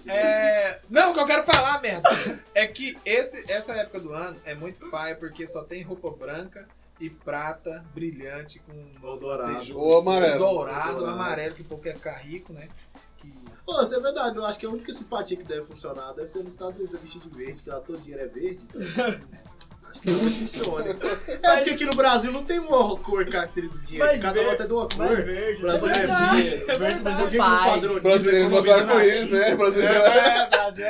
B: É, Não, o que eu quero falar, merda, é que esse, essa época do ano é muito paia porque só tem roupa branca e prata, brilhante, com
A: Os dourados.
C: Ou amarelo.
B: dourado,
A: Dourado.
B: amarelo, que o povo quer ficar rico, né? Que...
A: Pô, isso é verdade, eu acho que a única simpatia que deve funcionar deve ser nos Estados Unidos eu vestir de verde, que lá todo dinheiro é verde. então, acho que não funciona. É porque aqui no Brasil não tem uma cor que caracteriza o dinheiro,
D: Mas
A: cada
D: verde-
A: nota é de uma
D: Mais
A: cor.
D: verde.
A: O Brasil
D: né?
A: é
D: verdade,
A: verde.
D: é
A: Mas
D: verdade.
A: por que que
D: Paz.
A: não padroniza?
C: O brasileiro
A: economiza
C: gosta
A: na
C: com isso,
A: China?
C: né? O brasileiro
B: É,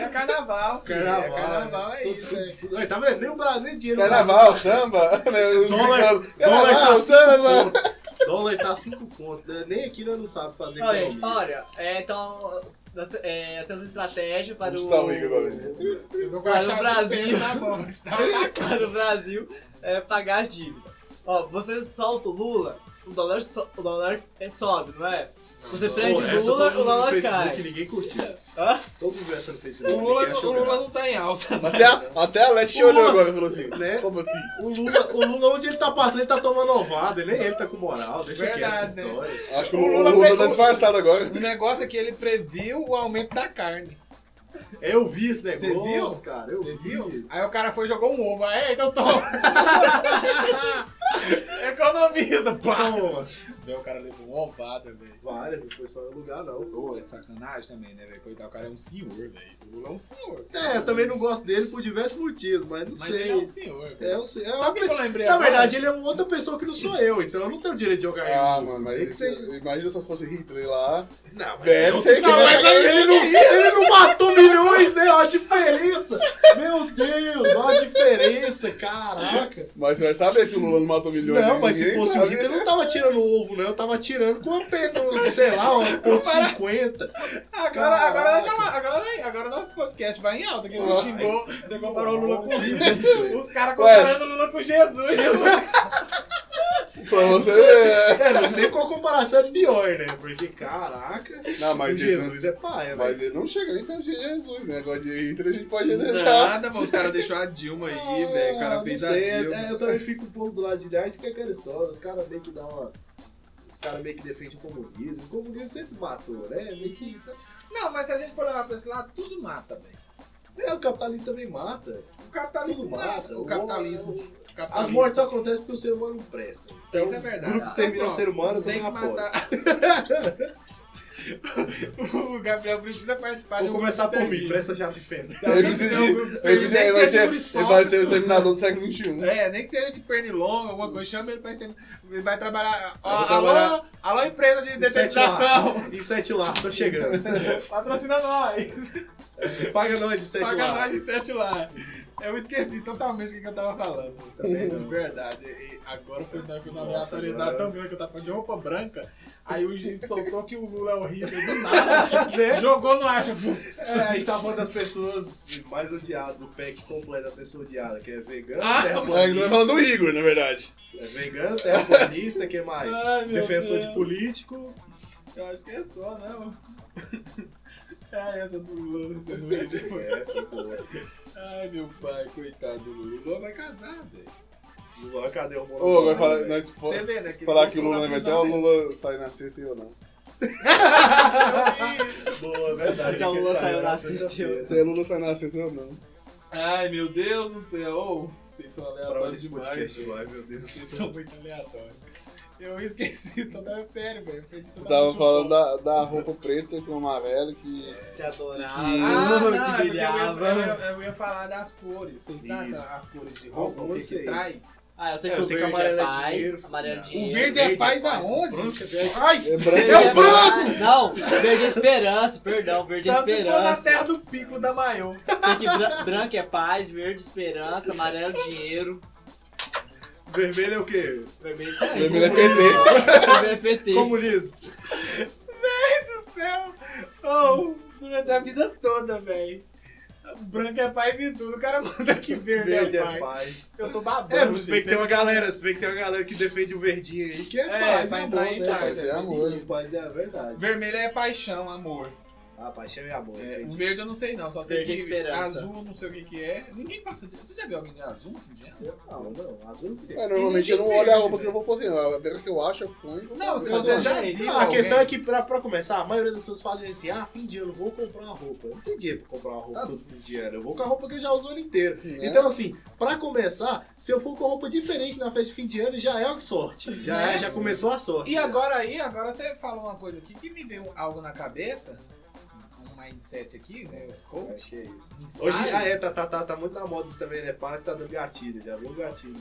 B: é carnaval, filho, é
A: Carnaval.
B: carnaval, é
A: Tudo-
B: isso, é.
A: tudo- Olha, Tá vendo? Nem o Brasil, nem o dinheiro. do
C: é Carnaval, samba, né? Os
A: Dólar-
C: gringos-
A: Dólar tá
C: Carnaval, samba.
A: Brasil- Dólar tá 5 conto, né? Nem aqui nós não sabe fazer
D: Olha,
A: economia.
D: olha, é, então, nós te- é, temos uma estratégia para
C: Onde
D: o,
C: tá o Igor agora?
B: Eu tô com
D: Vai
B: a
D: no
B: chave do tá?
D: Brasil.
B: peito na mão.
D: para o Brasil é, pagar as dívidas. Ó, você solta o Lula, o dólar, so- o dólar é sobe, não é? Você prende
A: Pô,
D: o
A: essa
D: Lula,
A: todo
B: tá
A: mundo
D: o
A: no
D: dólar
A: Facebook,
D: cai.
A: ninguém curtiu.
D: Hã?
A: Todo mundo viu essa no Facebook.
B: O Lula,
A: ninguém achou
B: o Lula
A: graça.
B: não tá em alta.
C: Até a, até a Leti
A: Pula.
C: olhou agora e falou assim,
A: Né?
C: como assim?
A: O Lula, o Lula, onde ele tá passando, ele tá tomando ovada. Nem ele tá com moral. Deixa
B: Verdade,
A: quieto essa
B: né?
A: história.
C: Acho que o
B: O
C: Lula,
B: Lula
C: o Lula tá
B: pegou-
C: disfarçado agora.
B: O negócio é que ele previu o aumento da carne.
A: Eu vi esse
B: Cê
A: negócio,
B: viu?
A: cara. Eu
B: Você
A: vi.
B: viu? Aí o cara foi e jogou um ovo. Ah, é, então toma. Economiza, pá.
A: Toma.
B: Meu, o cara levou um uma ovada, velho.
A: Várias, não foi só no lugar, não.
B: Pô, é sacanagem também, né, velho? Coitado, o cara é um senhor, velho. O Lula é um senhor.
A: É, eu também não gosto dele por diversos motivos, mas não
B: Mas
A: sei.
B: ele é um senhor,
A: É,
B: velho.
A: eu sei. É uma
B: Sabe o que eu lembrei
A: Na
B: agora?
A: verdade, ele é uma outra pessoa que não sou eu, então eu não tenho direito de jogar ele.
C: Ah, mano, mas
A: Tem que
C: isso-
A: seja-
C: imagina só se fosse Hitler lá.
A: Não, mas
C: Velho,
A: eu-
C: sei que
A: Não,
C: vai
A: mas
C: cair
A: ele, não, ele não matou milhões, né? Olha a diferença! Meu Deus, olha a diferença, caraca!
C: Mas você vai saber se o Lula não matou milhões.
A: Não,
C: né?
A: mas se
C: Ninguém
A: fosse o
C: sabe.
A: Hitler, eu não tava tirando ovo, não. Eu tava tirando com a pena, sei lá, uma ponto 50.
B: Agora, agora,
A: Caraca.
B: agora, agora, agora nosso podcast vai em alta, que
C: Ai.
B: você xingou, você comparou o Lula com o Hitler.
A: Hitler.
B: Os caras comparando o Lula com Jesus.
C: Pra você ver.
A: É, não sei qual comparação é pior, né? Porque, caraca,
C: Não,
A: o
C: mas
B: né?
C: Jesus.
A: Jesus é paia,
C: Mas
A: velho.
C: ele não chega nem perto de Jesus, né? Agora de Hitler a gente pode deixar.
B: Nada, mano. Os caras deixaram a Dilma aí, velho. O cara
A: Ah, não
B: fez a
A: sei, é-
B: Dilma.
A: é, eu também fico um pouco do lado de lá, porque é aquela história, os caras meio que dá uma... Os caras meio que defendem o comunismo. O comunismo sempre matou, né? Meio que...
B: Não, mas se a gente for levar pra esse lado, tudo mata, velho.
A: É, o capitalismo também mata.
B: O capitalismo
A: Tudo mata. é
B: mata. O capitalismo. o capitalismo.
A: um- As mortes só acontecem porque o ser humano não presta. Então,
B: Isso é verdade.
A: grupos terminam o
B: Pronto,
A: ser humano, tem
B: Tem que
A: apoio.
B: matar. o Gabriel precisa participar de
A: Vou
B: um
A: começar
B: grupo
A: por mim, né?
B: extermínio.
A: presta a chave de fenda.
B: Se alguém
C: Ele precisa
B: fizer um
C: de-
B: grupo
C: Ele,
B: extermínio,
C: precisa- ele vai
B: nem que seja
C: ser, ele vai ser o
B: Muriçoca.
C: exterminador do século um. XXI.
A: né?
B: É, nem que seja de pernilongo, alguma coisa, chama ele pra exterminar. Ele vai trabalhar. Ó,
A: Eu vou
B: alô,
A: trabalhar-
B: alô, empresa de
A: Sete lá.
B: detetização.
A: E sete lá, tô chegando.
B: Patrocina nós.
A: Paga nós de sete
B: Paga
A: lá.
B: nós em sete lá. Eu esqueci totalmente o que que eu tava falando. tá
A: Também
B: De
A: não.
B: verdade. E- e agora foi dar uma
A: Uhum. Nossa,
B: aleatoriedade
A: agora-
B: Tá tão grande que eu tava falando de roupa branca. Aí o juiz soltou que o Lula é horrível do nada.
A: Né?
B: Jogou no ar.
A: É, a gente tá falando das pessoas mais odiadas, do pack completo da pessoa odiada, que é vegano,
B: Ah,
C: Mas ele tá
A: terraplanista.
C: falando do Igor, na verdade.
A: É vegano, terraplanista, que mais?
B: Ai, meu
A: Defensor
B: Deus.
A: de político.
B: Eu acho que é só, né? mano? Ai, essa do Lula, essa do Lula.
A: É, ficou.
B: Ai, meu pai, coitado do Lula. O Lula vai casar, velho.
A: Lula, cadê o Moro?
C: Ô, agora fala, nós fo-
B: Você vê, né? Que
C: falar que o Lula
B: vai
C: não vai ter, o Lula sai na sexta e eu não.
A: Boa, é verdade.
D: Já Então, o Lula
A: que
B: né,
D: saiu na
A: sexta-feira.
C: Até Lula sai na sexta e eu não.
B: Ai, meu Deus do céu. Ô, Vocês são
A: Pra onde
B: aleatórios
A: esse
B: Tá demais.
A: podcast
B: velho.
A: vai, meu
B: Vocês
A: Deus.
B: são muito aleatórios. Eu esqueci, tô dando sério, velho. Eu perdi
C: Você
B: totalmente
C: tava
B: o
C: falando
B: foco.
C: da, da roupa preta com amarelo que.
D: Que adorava,
B: Ah, não, é
D: que
B: porque eu ia,
D: brilhava.
B: eu, ia, eu ia falar das cores. Vocês sabem
A: Isso.
B: as cores de
A: Ah,
B: roupa?
A: eu
B: O que,
A: sei.
B: que traz?
D: Ah, eu sei
A: É,
D: que
A: eu
D: o
A: sei que
D: verde é
A: amarelo é
D: paz,
A: dinheiro,
D: amarelo é
A: filho.
D: dinheiro.
B: O verde é paz aonde?
A: Branco é verde. Ai,
C: É branco.
A: É o branco!
D: paz. Não, verde é esperança, perdão, verde é
B: Tanto ficou na
D: esperança.
B: tá terra do pico da Maiô.
D: Sei que bran- branco é paz, verde é esperança, amarelo é dinheiro,
A: Vermelho é o quê?
D: vermelho é
C: Vermelho é PT.
D: vermelho é PT.
A: Comunismo.
B: do céu. Oh, durante a vida toda, velho. Branco é paz e tudo. O cara manda que verde,
A: Verde
B: é
A: é
B: paz.
A: paz.
B: Eu tô babando.
A: É, mas se bem
B: gente.
A: que tem uma galera, se bem que tem uma galera que defende o verdinho aí, que é,
B: É,
A: paz,
B: vai
A: é
B: entrar
A: amor,
B: em
A: né?
B: paz,
A: Paz
C: é amor.
A: sim, Paz é a verdade.
B: Vermelho é paixão, amor.
A: Ah, paixão e amor,
B: É,
A: entendi.
B: verde eu não sei não, só sei
D: Verde é
B: que
D: esperança.
B: azul não sei o que que é. Ninguém passa de... Você já viu alguém de azul? no fim de ano?
A: Não, não, azul não tem.
C: Mas normalmente eu não olho a roupa que eu vou pôr assim, não. A primeira que eu acho, eu ponho. e vou
B: Não, né? se
C: fazer.
B: você já viu
A: Ah, a questão é
B: alguém-
A: que, pra, pra começar, a maioria das pessoas fazem assim: ah, fim de ano, vou comprar uma roupa. Eu Não tem dinheiro pra comprar uma roupa
B: Ah.
A: todo fim de ano. Eu vou com a roupa que eu já uso o ano inteiro.
C: Né?
A: Então, assim, pra começar, se eu for com roupa diferente na festa de fim de ano, já é sorte. Já, é, já começou a sorte.
B: E
A: né?
B: agora aí, agora você falou uma coisa aqui que me veio um- algo na cabeça. Um mindset aqui, né? Os coaches.
A: Acho que é isso.
B: Insight.
A: Hoje, ah, é, tá, tá, tá, tá muito na moda isso também, né? Para que tá dando gatilho, já viu o gatilho.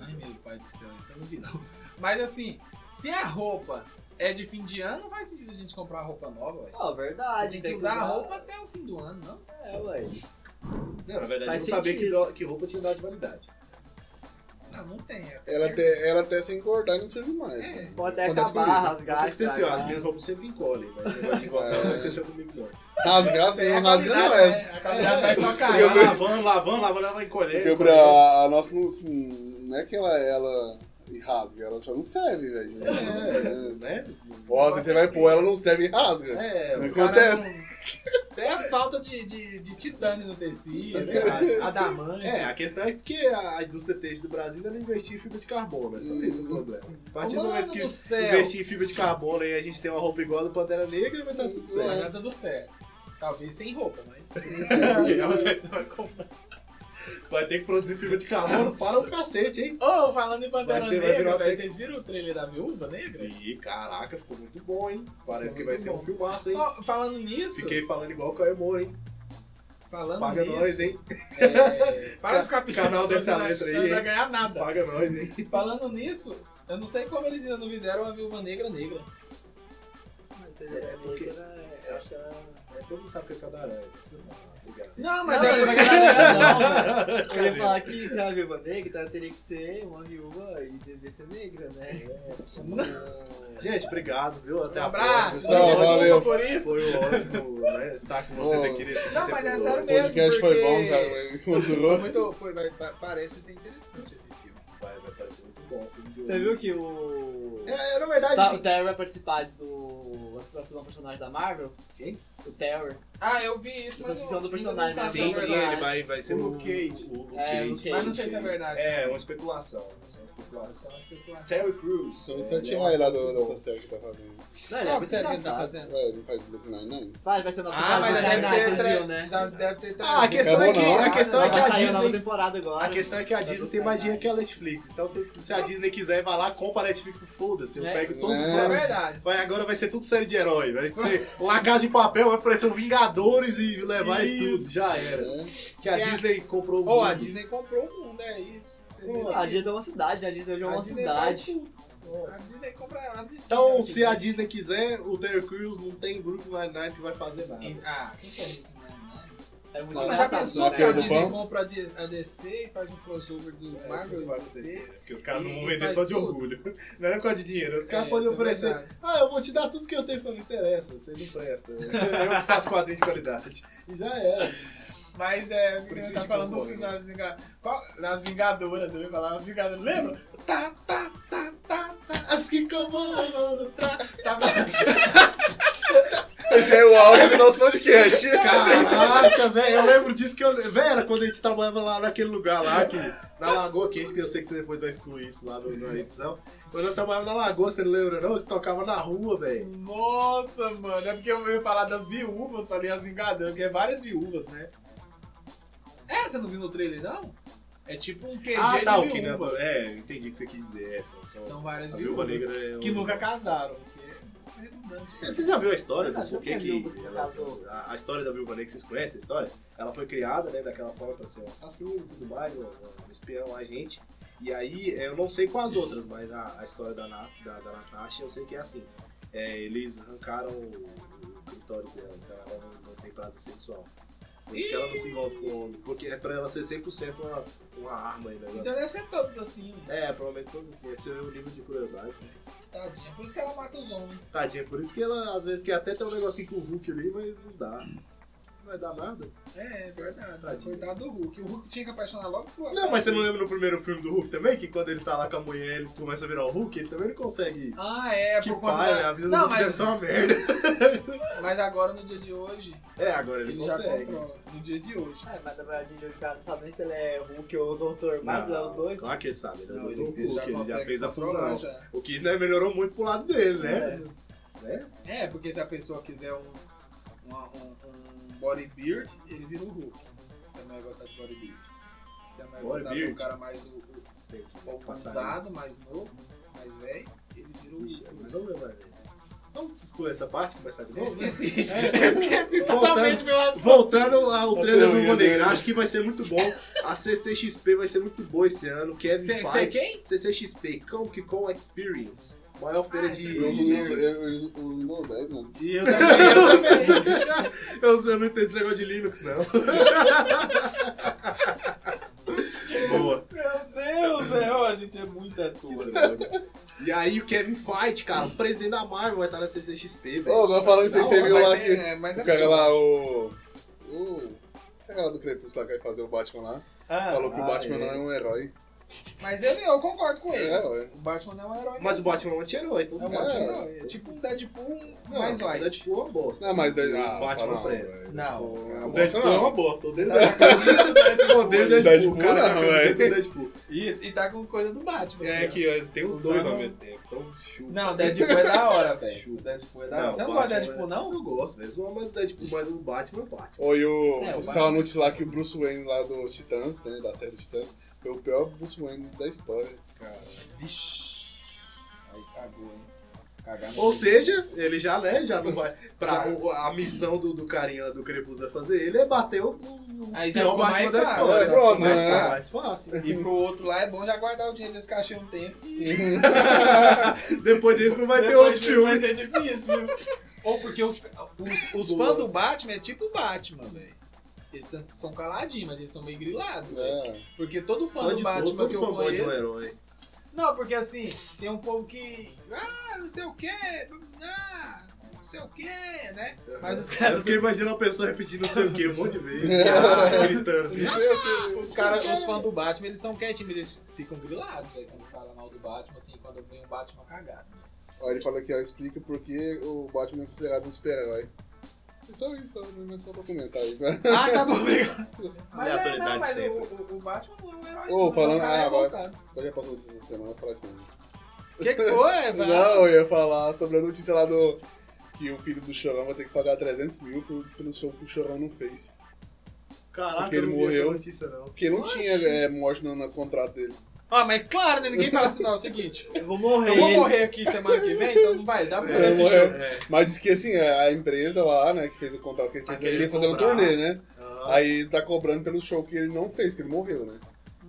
B: Ai, meu pai do céu, isso eu não vi não. Mas assim, se a roupa é de fim de ano, não faz sentido a gente comprar uma roupa nova, velho.
D: Ah,
B: Você
D: verdade.
B: tem que usar a roupa até o fim do ano, não?
D: É, ué.
A: Não, na verdade,
D: Faz
A: eu não sabia que,
D: sentido.
A: do- que roupa tinha dado de validade.
B: Ah, não tem. é até
C: Ela
B: certo.
C: até, ela até sem engordar não serve mais.
B: É.
C: né?
D: Pode até
C: Acontece
D: acabar,
C: comigo.
D: rasgar,
A: aconteceu, as
D: estragar.
A: minhas roupas sempre encolhem, mas o negócio de engordar
C: É.
A: não aconteceu comigo, não.
C: Rasgar, se
B: Tem a
C: não rasga, não
B: qualidade,
C: é.
B: né?
A: Tá
B: A qualidade vai só
A: Você
B: cair. Ah,
A: vai lavando, lavando, lavando, ela vai encolher.
C: Porque pra, a nossa, não, assim, não é que é ela, ela, e rasga. Ela só não serve, velho.
A: É, né?
C: Ó, às vezes você vai pôr, ela não serve e rasga.
A: É,
C: Não
A: os
B: Os caras
C: acontece.
B: não- Isso é a falta de, de, de titânio no tecido, né?
A: É.
B: a, a da mãe.
A: É, a questão é porque a indústria têxtil do Brasil ainda não investiu em fibra de carbono, é só isso o problema. A partir do
B: Mano
A: momento
B: do
A: que
B: céu.
A: investir em fibra de carbono e a gente tem uma roupa igual a do Pantera Negra, vai estar tudo certo.
B: Agora tá tudo certo. Talvez sem roupa, mas.
A: é um Vai ter que produzir fibra de carbono para o cacete, hein?
B: Ô, falando em Pantera
A: Vai ser- vai
B: Negra,
A: virar um
B: velho,
A: até-
B: vocês viram o trailer da Viúva Negra?
A: Ih, caraca, ficou muito bom, hein? Parece que
B: Muito
A: vai ser um
B: bom.
A: filmaço, hein?
B: Ó, falando nisso,
A: Fiquei falando igual o Caio Moura, hein?
B: falando
A: Paga
B: nisso,
A: nós, hein?
B: é, para de ficar piscando.
A: Canal dessa
B: não
A: letra aí,
B: Não vai
A: hein?
B: ganhar nada.
A: Paga nós, hein?
B: Falando nisso, eu não sei como eles ainda não fizeram a Viúva Negra negra.
D: Mas você já
A: É,
D: é
A: porque-
D: negra, né? Eu acho que ela-
A: É, todo mundo sabe que é cadaranha, não precisa falar, obrigado.
B: Não,
D: Não,
B: mas
D: eu
B: é
D: ia falar, não, velho. né? Eu ia
A: Cadê?
D: falar que se ela é viúva negra, então ela teria que ser uma viúva e deveria ser negra, né?
A: Nossa, Gente, obrigado, viu? Até
B: Um
A: a
B: abraço,
A: próxima.
C: pessoal,
B: desculpa
C: valeu.
B: por isso.
A: Foi um ótimo né, estar com vocês aqui nesse
B: Não,
A: quinto
B: mas é
A: episódio.
B: sério
C: O podcast
B: Mesmo
C: foi
B: porque-
C: bom, cara, mas não
B: Foi
C: durou.
B: muito, foi, vai- pa- parece ser interessante esse filme.
A: Vai, vai parecer muito bom. filme de
D: Você
A: hoje.
D: viu que o.
A: É, na verdade,
D: Tá,
A: assim,
D: o Terry vai participar do. Associação do personagem da Marvel?
A: Quem?
D: O Terry.
B: Ah, eu vi isso, mas
D: Construção
B: eu,
D: do
B: ainda não
D: personagem.
B: sabe se é
A: Sim, sim,
B: verdade.
A: ele vai, vai ser
B: O
A: o
B: Luke Cage.
A: O, Luke
D: É, o
A: Cage.
D: Luke
B: Mas não sei se é verdade.
A: É, uma especulação. É uma especulação.
B: Só especulação.
A: Terry Crews.
C: Então
A: é,
C: você
A: ele é
C: tirar ele lá
A: um-
C: do, dessa série que tá fazendo.
D: Não, ele é
B: Qual
D: muito
B: série que ele tá
D: engraçado.
B: fazendo?
C: Ué, não faz Brooklyn Nine, não?
D: Vai, vai ser nova
B: Ah,
D: temporada
B: mas
D: do
B: já
D: Dark Knight,
B: deve ter, Então
D: vocês viram,
B: tra...
D: né?
B: já deve ter
A: Ah, a
B: trazido.
A: questão é
C: Acabou
A: que, a
C: não.
A: questão é que a
D: Vai sair nova
A: Disney...
D: temporada agora.
A: A questão é que a Disney tem mais dinheiro que a Netflix. Então, se, se a Disney quiser, vai lá, compra a Netflix, foda-se. Eu
B: É.
A: pego todo
C: É.
B: Isso é
A: mundo.
B: verdade.
A: Vai, agora vai ser tudo série de herói. Vai ser La Casa de Papel, vai aparecer o Vingadores e levar isso, tudo. Já era.
C: É.
A: Que a
B: É.
A: Disney comprou o
B: Ou a
A: mundo.
B: Disney comprou o mundo, é isso. Você vê?
D: A Disney é uma cidade, né? A Disney hoje é
B: A
D: uma
B: Disney faz
D: cidade.
B: tudo. A Disney compra a Disney.
A: Então, se a Disney quiser, o Terry Crews não tem Brooklyn Nine-Nine que vai fazer nada.
B: Ah, quem que é isso, né?
D: É muito
C: Não,
B: Mas já
D: engraçado. É,
B: pensou
C: Na
B: se
C: Feira
B: a
C: do
B: Disney
C: Pão?
B: compra a D- a DC e faz um crossover dos
A: É, isso
B: Marvel
A: não
B: e
A: vai
B: DC?
A: acontecer, né? Porque os caras não vão
B: E
A: vender
B: faz
A: só de
B: tudo.
A: orgulho. Não é por causa de dinheiro. Os caras
B: É,
A: podem
B: isso é
A: oferecer.
B: verdade.
A: ah, eu vou te dar tudo que eu tenho. Eu Falei, não interessa, você não presta. Eu que faço quadrinho de qualidade. E já era.
B: Mas é, o menino
A: Preciso
B: tá
A: de
B: falando do
A: componentes.
B: final das Vingadoras. Qual? Das Vingadoras, eu ia falar das Vingadoras. Lembra? Tá, tá, tá, tá, tá.
A: As que comandam.
B: Tá, tava...
C: Esse é o áudio do nosso podcast.
A: Caraca, velho, eu lembro disso que eu. Velho, era quando a gente trabalhava lá naquele lugar lá, que, na Lagoa Quente, que eu sei que você depois vai excluir isso lá no, na edição. Quando eu trabalhava na Lagoa, você não lembra não? Você tocava na rua, velho.
B: Nossa, mano. É porque eu ia falar das viúvas, falei as Vingadoras, porque é várias viúvas, né? É, você não viu no trailer, não? É tipo um QG
A: Ah,
B: de
A: tá, o que
B: viúvas.
A: não. É, eu entendi o que você quis dizer. É, são, são-
B: São várias
A: a viúva
B: viúvas né?
A: negra é
B: que
A: um-
B: nunca casaram, porque é redundante.
A: Você já viu a história do
D: Acho que
A: porquê
D: é
A: que.
D: viúva, se
A: ela-
D: casou.
A: a, a história da Viúva Negra, que vocês conhecem a história? Ela foi criada, né, daquela forma pra ser um assassino e tudo mais, um, um espião, um agente. E aí, eu não sei com as outras, mas a, a história da, Na- da, da Natasha eu sei que é assim. É, eles arrancaram o, o clitóris dela, então ela não, não tem prazer sexual. Por isso que ela não se envolve com homem, porque é pra ela ser 100% uma, uma arma aí,
B: Então
A: negócio.
B: deve ser todos assim, né?
A: É, provavelmente todo assim, é pra você ver o nível de crueldade.
B: tadinha. Por isso que ela mata os homens.
A: Tadinha, por isso que ela às vezes quer até ter um negocinho com o Hulk ali, mas não dá. Não vai dar nada.
B: É, é verdade.
A: Tadinha.
B: Coitado do Hulk. O Hulk tinha que apaixonar logo pro
A: Não, mas você não lembra no primeiro filme do Hulk também? Que quando ele tá lá com a mulher, ele começa a virar o Hulk, ele também não consegue.
B: Ah, é,
A: que
B: por conta
A: pai, né?
B: da...
A: a vida do
B: Não,
A: Hulk deve
B: mas,
A: ser uma merda.
B: mas agora no dia de hoje,
A: É, agora ele,
B: ele, já
A: consegue.
B: controla. No dia de hoje.
D: É, mas na verdade, o cara não sabe nem se ele é Hulk ou o Doutor Marvel, é os dois.
A: Claro que ele sabe, ele,
B: Não,
A: botou o Hulk, ele já
B: consegue
A: fez a
B: controlar
A: fusão.
B: já.
A: O que né, melhorou muito pro lado dele, né? Né?
B: É, porque se a pessoa quiser um, uma- um, um bodybuild, ele vira o Hulk. Se a mulher gostar de bodybuild. Se a mulher gostar de um
A: Bodybuild?
B: cara mais o, o,
A: Tem que
B: o
A: passar.
B: ousado, mais novo, mais velho, ele vira o
A: Ixi, mas
B: Hulk.
A: não lembra, velho. Vamos excluir essa parte, começar de
B: Eu
A: novo? né?
B: esqueci. Eu esqueci
A: Voltando.
B: totalmente meu assunto.
A: Voltando ao trailer do
C: teoria
A: Viúva Negra,
C: dele.
A: acho que vai ser muito bom. A CCXP vai ser muito boa esse ano. Kevin
B: Você
A: Feige.
B: quem?
A: CCXP, Comic Con Experience. Maior feira
B: Ah,
A: de.
B: esse é
C: Eu
A: Eu,
B: o
C: uso eu- eu uso o Windows 10, mano.
B: E eu também, eu também.
A: eu não entendo esse negócio de Linux, não. Boa.
B: Meu Deus, velho, a gente é muito ator.
A: E aí, o Kevin Feige, cara, o presidente da Marvel vai estar na CCXP, velho.
C: Ô, agora falando que
A: Não,
C: você viu
B: mas
C: lá
B: é-
C: que.
B: é, mas é
C: O cara
B: bom.
C: lá, o. O. O cara lá do Crepúsculo lá que vai fazer o Batman lá.
B: Ah,
C: Falou que o
A: ah,
C: Batman
A: é.
C: não é um herói.
B: Mas ele, eu concordo com ele.
C: É, ué.
B: O Batman não é um herói.
A: Mas o Batman é um anti-herói, então
B: é um
A: sabe.
B: anti-herói. É tipo um Deadpool
A: Não,
B: mais
A: o
B: light.
A: Deadpool é uma bosta.
C: Não, mas... daí-
A: O
C: Ah,
A: Batman
C: não,
A: presta.
C: velho.
B: Não.
C: Ah,
A: O
C: bosta
A: Deadpool é uma
C: não.
A: bosta. Você tá com a camisa do Deadpool. Eu odeio o Deadpool,
C: Deadpool
A: cara.
C: não,
A: a camiseta
C: velho.
A: do é Deadpool.
B: E, e tá com coisa do Batman.
A: É
B: assim,
A: que ó, tem os
B: Os
A: dois
B: anos-
A: ao mesmo tempo. Então, chupa.
B: ó. Não, o Deadpool é da hora, velho.
A: Chupa.
B: O Deadpool é da hora.
A: Não,
B: Você não gosta de
A: Batman
B: Deadpool,
A: é-
B: não?
A: Eu gosto, velho. Zoa mais o Deadpool, mas o Batman é Batman.
C: Ou e o.
B: É, o
C: Você saiu a notícia lá que o Bruce Wayne lá do Titãs, né? Da série Titãs, foi o pior Bruce Wayne da história.
B: Cara, vixi. Aí cagou, hein? Cagar no
A: Ou
B: bicho.
A: seja, ele já, né, já não vai. Pra, o- a missão do, do carinha lá do Crepúsculo é fazer ele é bater o, o
B: Aí já
A: pior
B: ficou
A: Batman
B: mais
A: da
B: fácil,
A: história.
C: né? Pronto,
A: mais,
C: né?
A: fácil, mais fácil.
B: E pro outro lá é bom já guardar o dinheiro desse cachê um tempo.
C: É.
A: Depois desse não vai ter
B: Depois
A: outro filme.
B: Vai ser difícil, viu? Ou porque os, os, os
A: Boa.
B: fãs do Batman é tipo o Batman, velho. Eles são- são caladinhos, mas eles são meio grilados. velho.
C: É.
B: Porque todo fã,
A: Fã
B: do
A: de
B: Batman
A: todo, todo
B: que eu
A: fanboy de um
B: conheço.
A: herói.
B: Não, porque assim, tem um povo que. Ah, não sei o quê. Ah, não sei o quê, né? Mas os
A: Eu
B: caras.
A: fiquei imaginando uma pessoa repetindo não sei o que um monte de vezes.
C: Ah.
A: gritando assim.
B: Os, cara, os fãs do Batman, eles são quietinhos, mas eles ficam grilados, velho, quando fala mal do Batman, assim, quando vem um Batman cagado.
C: Ó, ele fala aqui, ó, explica por que o Batman é considerado um super-herói. É só isso, ó, não é só pra comentar aí.
B: Ah, tá bom, obrigado. Mas, é,
A: Aleatoriedade
B: não, mas
A: sempre.
B: o, o- o Batman não é um herói.
C: Ô,
B: não, o
C: falando-
B: cara é
C: ah, agora-
B: revoltado.
C: Eu já passou notícia essa semana, vou falar isso pra mim.
B: O que, que foi, velho?
C: Não, eu ia falar sobre a notícia lá do. Que o filho do Chorão vai ter que pagar 300 mil pro- pelo show que o Chorão não fez.
A: Caraca,
C: Porque
A: Ah, eu
C: ele
A: não vi essa
C: morreu.
A: notícia, não.
C: Porque não tinha é, morte no, no contrato dele.
B: Ah, mas claro, né? Ninguém fala assim, não, é o seguinte.
D: Eu vou morrer.
B: Eu vou morrer aqui semana que vem, então não vai dar pra
C: É,
B: ver esse
C: morreu.
B: show.
A: É.
C: Mas diz que assim, a empresa lá, né, que fez o contrato que ele
A: Tá
C: fez, ele ia
A: querendo
C: fazer um
A: cobrar.
C: turnê, né?
A: Aham.
C: Aí ele tá cobrando pelo show que ele não fez, que ele morreu, né?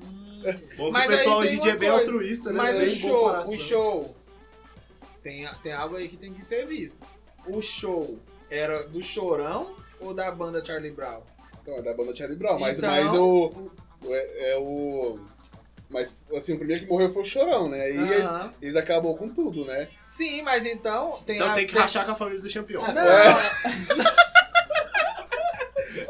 B: Hum,
A: Bom, que
B: Mas
A: o pessoal
B: aí
A: hoje em
B: tem
A: dia é
B: uma
A: bem
B: coisa,
A: altruísta, né?
B: Mas
A: Tem
B: o
A: bom
B: show,
A: coração.
B: o show. Tem, tem algo aí que tem que ser visto. O show era do Chorão ou da banda Charlie Brown?
C: Então é da banda Charlie Brown, mas,
B: Então-
C: mas o. o- é, é o. Mas assim, o primeiro que morreu foi o Chorão, né? Aí
A: Ah.
C: eles,
B: Aham.
C: eles acabou com tudo, né?
B: Sim, mas então tem
A: Então
B: a-
A: tem que rachar com a família do campeão.
B: Ah,
A: Não,
B: não,
A: É,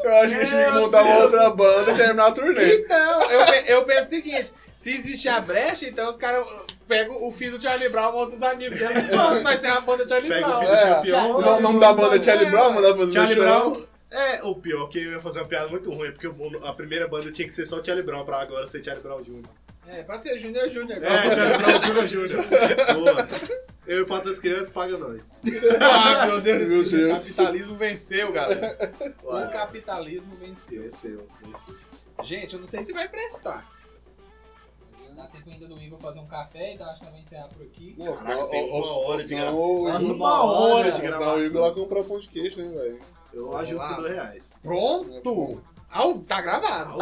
C: Eu acho que a gente tinha que
B: Meu
C: montar uma
B: Deus.
C: outra banda e terminar a
A: né?
C: turnê.
B: Então, eu, pe- eu penso o seguinte: se existe a brecha, então os caras pegam o filho do Charlie Brown, montam os amigos dele. Mano, nós temos a banda Charlie
A: Pega o
B: Brown.
A: filho do
C: É.
A: campeão.
C: O nome- o nome da banda é Charlie Brown, o nome da banda
A: Charlie
C: do Chorão.
A: Brown é o pior, que eu ia fazer uma piada muito ruim, porque o- a primeira banda tinha que ser só Charlie Brown pra agora ser Charlie Brown Jr.
B: É, pode ser Júnior Júnior.
A: É, Charlie Brown Jr. Jr. Boa. Eu e o Pato das Crianças paga nós.
B: Ah, meu Deus,
C: Meu Deus.
B: o capitalismo venceu, galera. O capitalismo venceu.
A: Venceu, venceu.
B: Gente, eu não sei se vai prestar. Dá tempo ainda do Igor fazer um café, então acho que eu vou encerrar por aqui.
C: Nossa,
A: Caraca, tem uma hora de
C: senão
A: grava-
C: o
A: Nossa,
C: Igor-
A: uma hora de
C: senão o Igor lá
A: gravação.
C: comprou pão de queijo, né, velho?
A: Eu ajudo com dois reais.
B: Pronto! Au, tá gravado.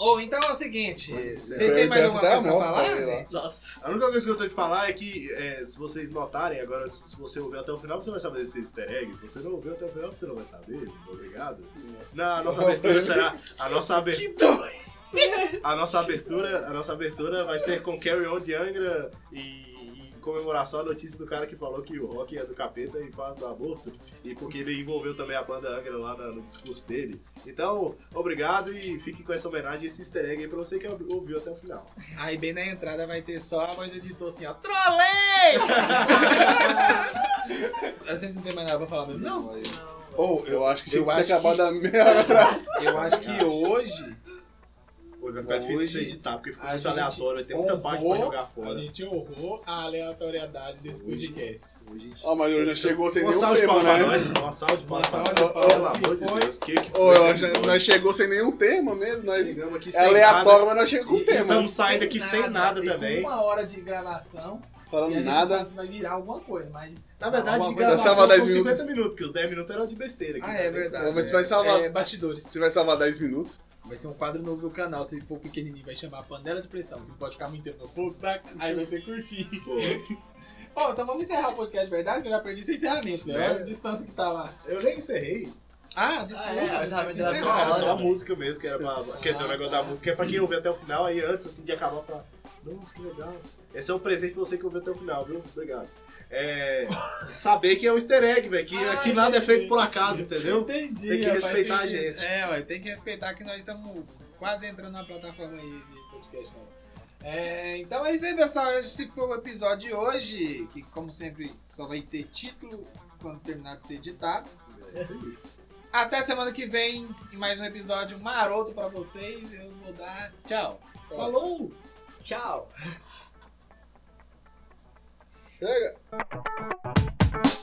B: Ou então é o seguinte,
A: Pois é.
B: vocês têm mais
C: Peço
B: alguma
C: até
B: coisa
C: a
B: pra
C: moto pra
A: tá
B: falar,
C: ele lá.
B: gente?
D: Nossa.
A: A única coisa que eu tenho que falar é que, é, se vocês notarem, agora, se se você ouvir até o final, você vai saber desses easter eggs. Se você não ouviu até o final, você não vai saber. Obrigado. Na nossa abertura será. A nossa abertura.
B: Que doido!
A: A nossa abertura, a nossa abertura vai ser com Carry On de Angra e, e em comemoração à notícia do cara que falou que o rock é do capeta e fala do aborto. E porque ele envolveu também a banda Angra lá na- no discurso dele. Então, obrigado e fique com essa homenagem, esse easter egg aí pra você que ouviu até o final.
B: Aí bem na entrada vai ter só a voz do editor assim, ó, trolei! vocês não tem mais nada pra falar mesmo? Não.
C: Aí,
B: Ou
C: Eu acho que tinha
B: eu
C: que ter
B: acho
C: acabado a meia
B: que, eu acho que hoje
A: Pô, vai ficar difícil de você
B: Hoje,
A: editar, porque ficou
B: a
A: muito
B: gente
A: aleatório, tem muita parte pra
B: honrou
A: jogar
B: a
A: fora.
B: gente honrou a aleatoriedade desse
A: Hoje.
B: podcast.
A: Hoje,
C: Ah, mas hoje nós chegou sem
A: uma
C: nenhum
A: salva de palmas um pra
C: tema, né?
A: nós, uma salva de palmas pra
B: Uma
A: nós.
B: salva
A: Pelo
B: de palmas,
A: amor
B: que
A: de
B: foi?
A: Deus, que que
C: Ô,
A: foi
C: eu
A: esse
C: acho que
A: episódio?
C: nós chegou sem nenhum tema mesmo, nós...
A: Chegamos aqui
C: É
A: sem
C: aleatório,
A: nada.
C: mas nós chegamos com
A: E
C: o tema.
A: Estamos saindo aqui sem nada
B: tem
A: também. Então
B: Uma hora de gravação e a
C: Falando
B: gente
C: nada.
B: não sabe se vai virar alguma coisa, mas.
A: Na verdade,
B: Alguma
A: de
B: coisa-
C: grava-
A: gravação
C: Salva
A: são
C: 10 minutos.
A: 50 minutos, que os 10 minutos eram de besteira. aqui,
B: Ah,
A: né?
B: é verdade.
C: Mas você vai salvar-
B: É, bastidores.
C: Você vai salvar 10 minutos.
B: Vai ser um quadro novo do canal. Se for pequenininho, vai chamar Panela de Pressão, que não pode ficar muito tempo no fogo, saca? Aí vai ser curtinho.
A: Pô,
B: Ó, então vamos encerrar o podcast, de verdade? Que eu já perdi seu encerramento, né?
A: É.
B: Olha a distância que tá lá.
A: eu nem encerrei.
B: Ah, desculpa.
D: Ah, é, mas
B: eu
D: realmente
B: tinha
A: Era
D: Era
A: só,
D: só
B: encerrado.
A: era só a
D: hora.
A: música mesmo, que era pra, quer dizer, o
B: Ah,
A: negócio
B: tá.
A: da música é pra quem ouviu até o final, aí antes assim, de acabar, falar: Nossa, que legal. Esse é um presente pra você que ouviu até o final, viu? Obrigado. É, saber que é um easter egg, velho. Que
B: Ah,
A: aqui nada é
B: entendi.
A: feito por acaso, entendeu?
B: Entendi.
A: Tem que
B: rapaz,
A: respeitar a
B: entendi.
A: gente.
B: É, ué, tem que respeitar que nós estamos quase entrando na plataforma aí de podcast. podcast não. É, então é isso aí, pessoal. Esse foi o episódio de hoje, que como sempre só vai ter título quando terminar de ser editado.
A: É isso aí.
B: Até semana que vem, em mais um episódio maroto pra vocês. Eu vou dar tchau.
A: Falou!
D: Tchau!
C: Chega!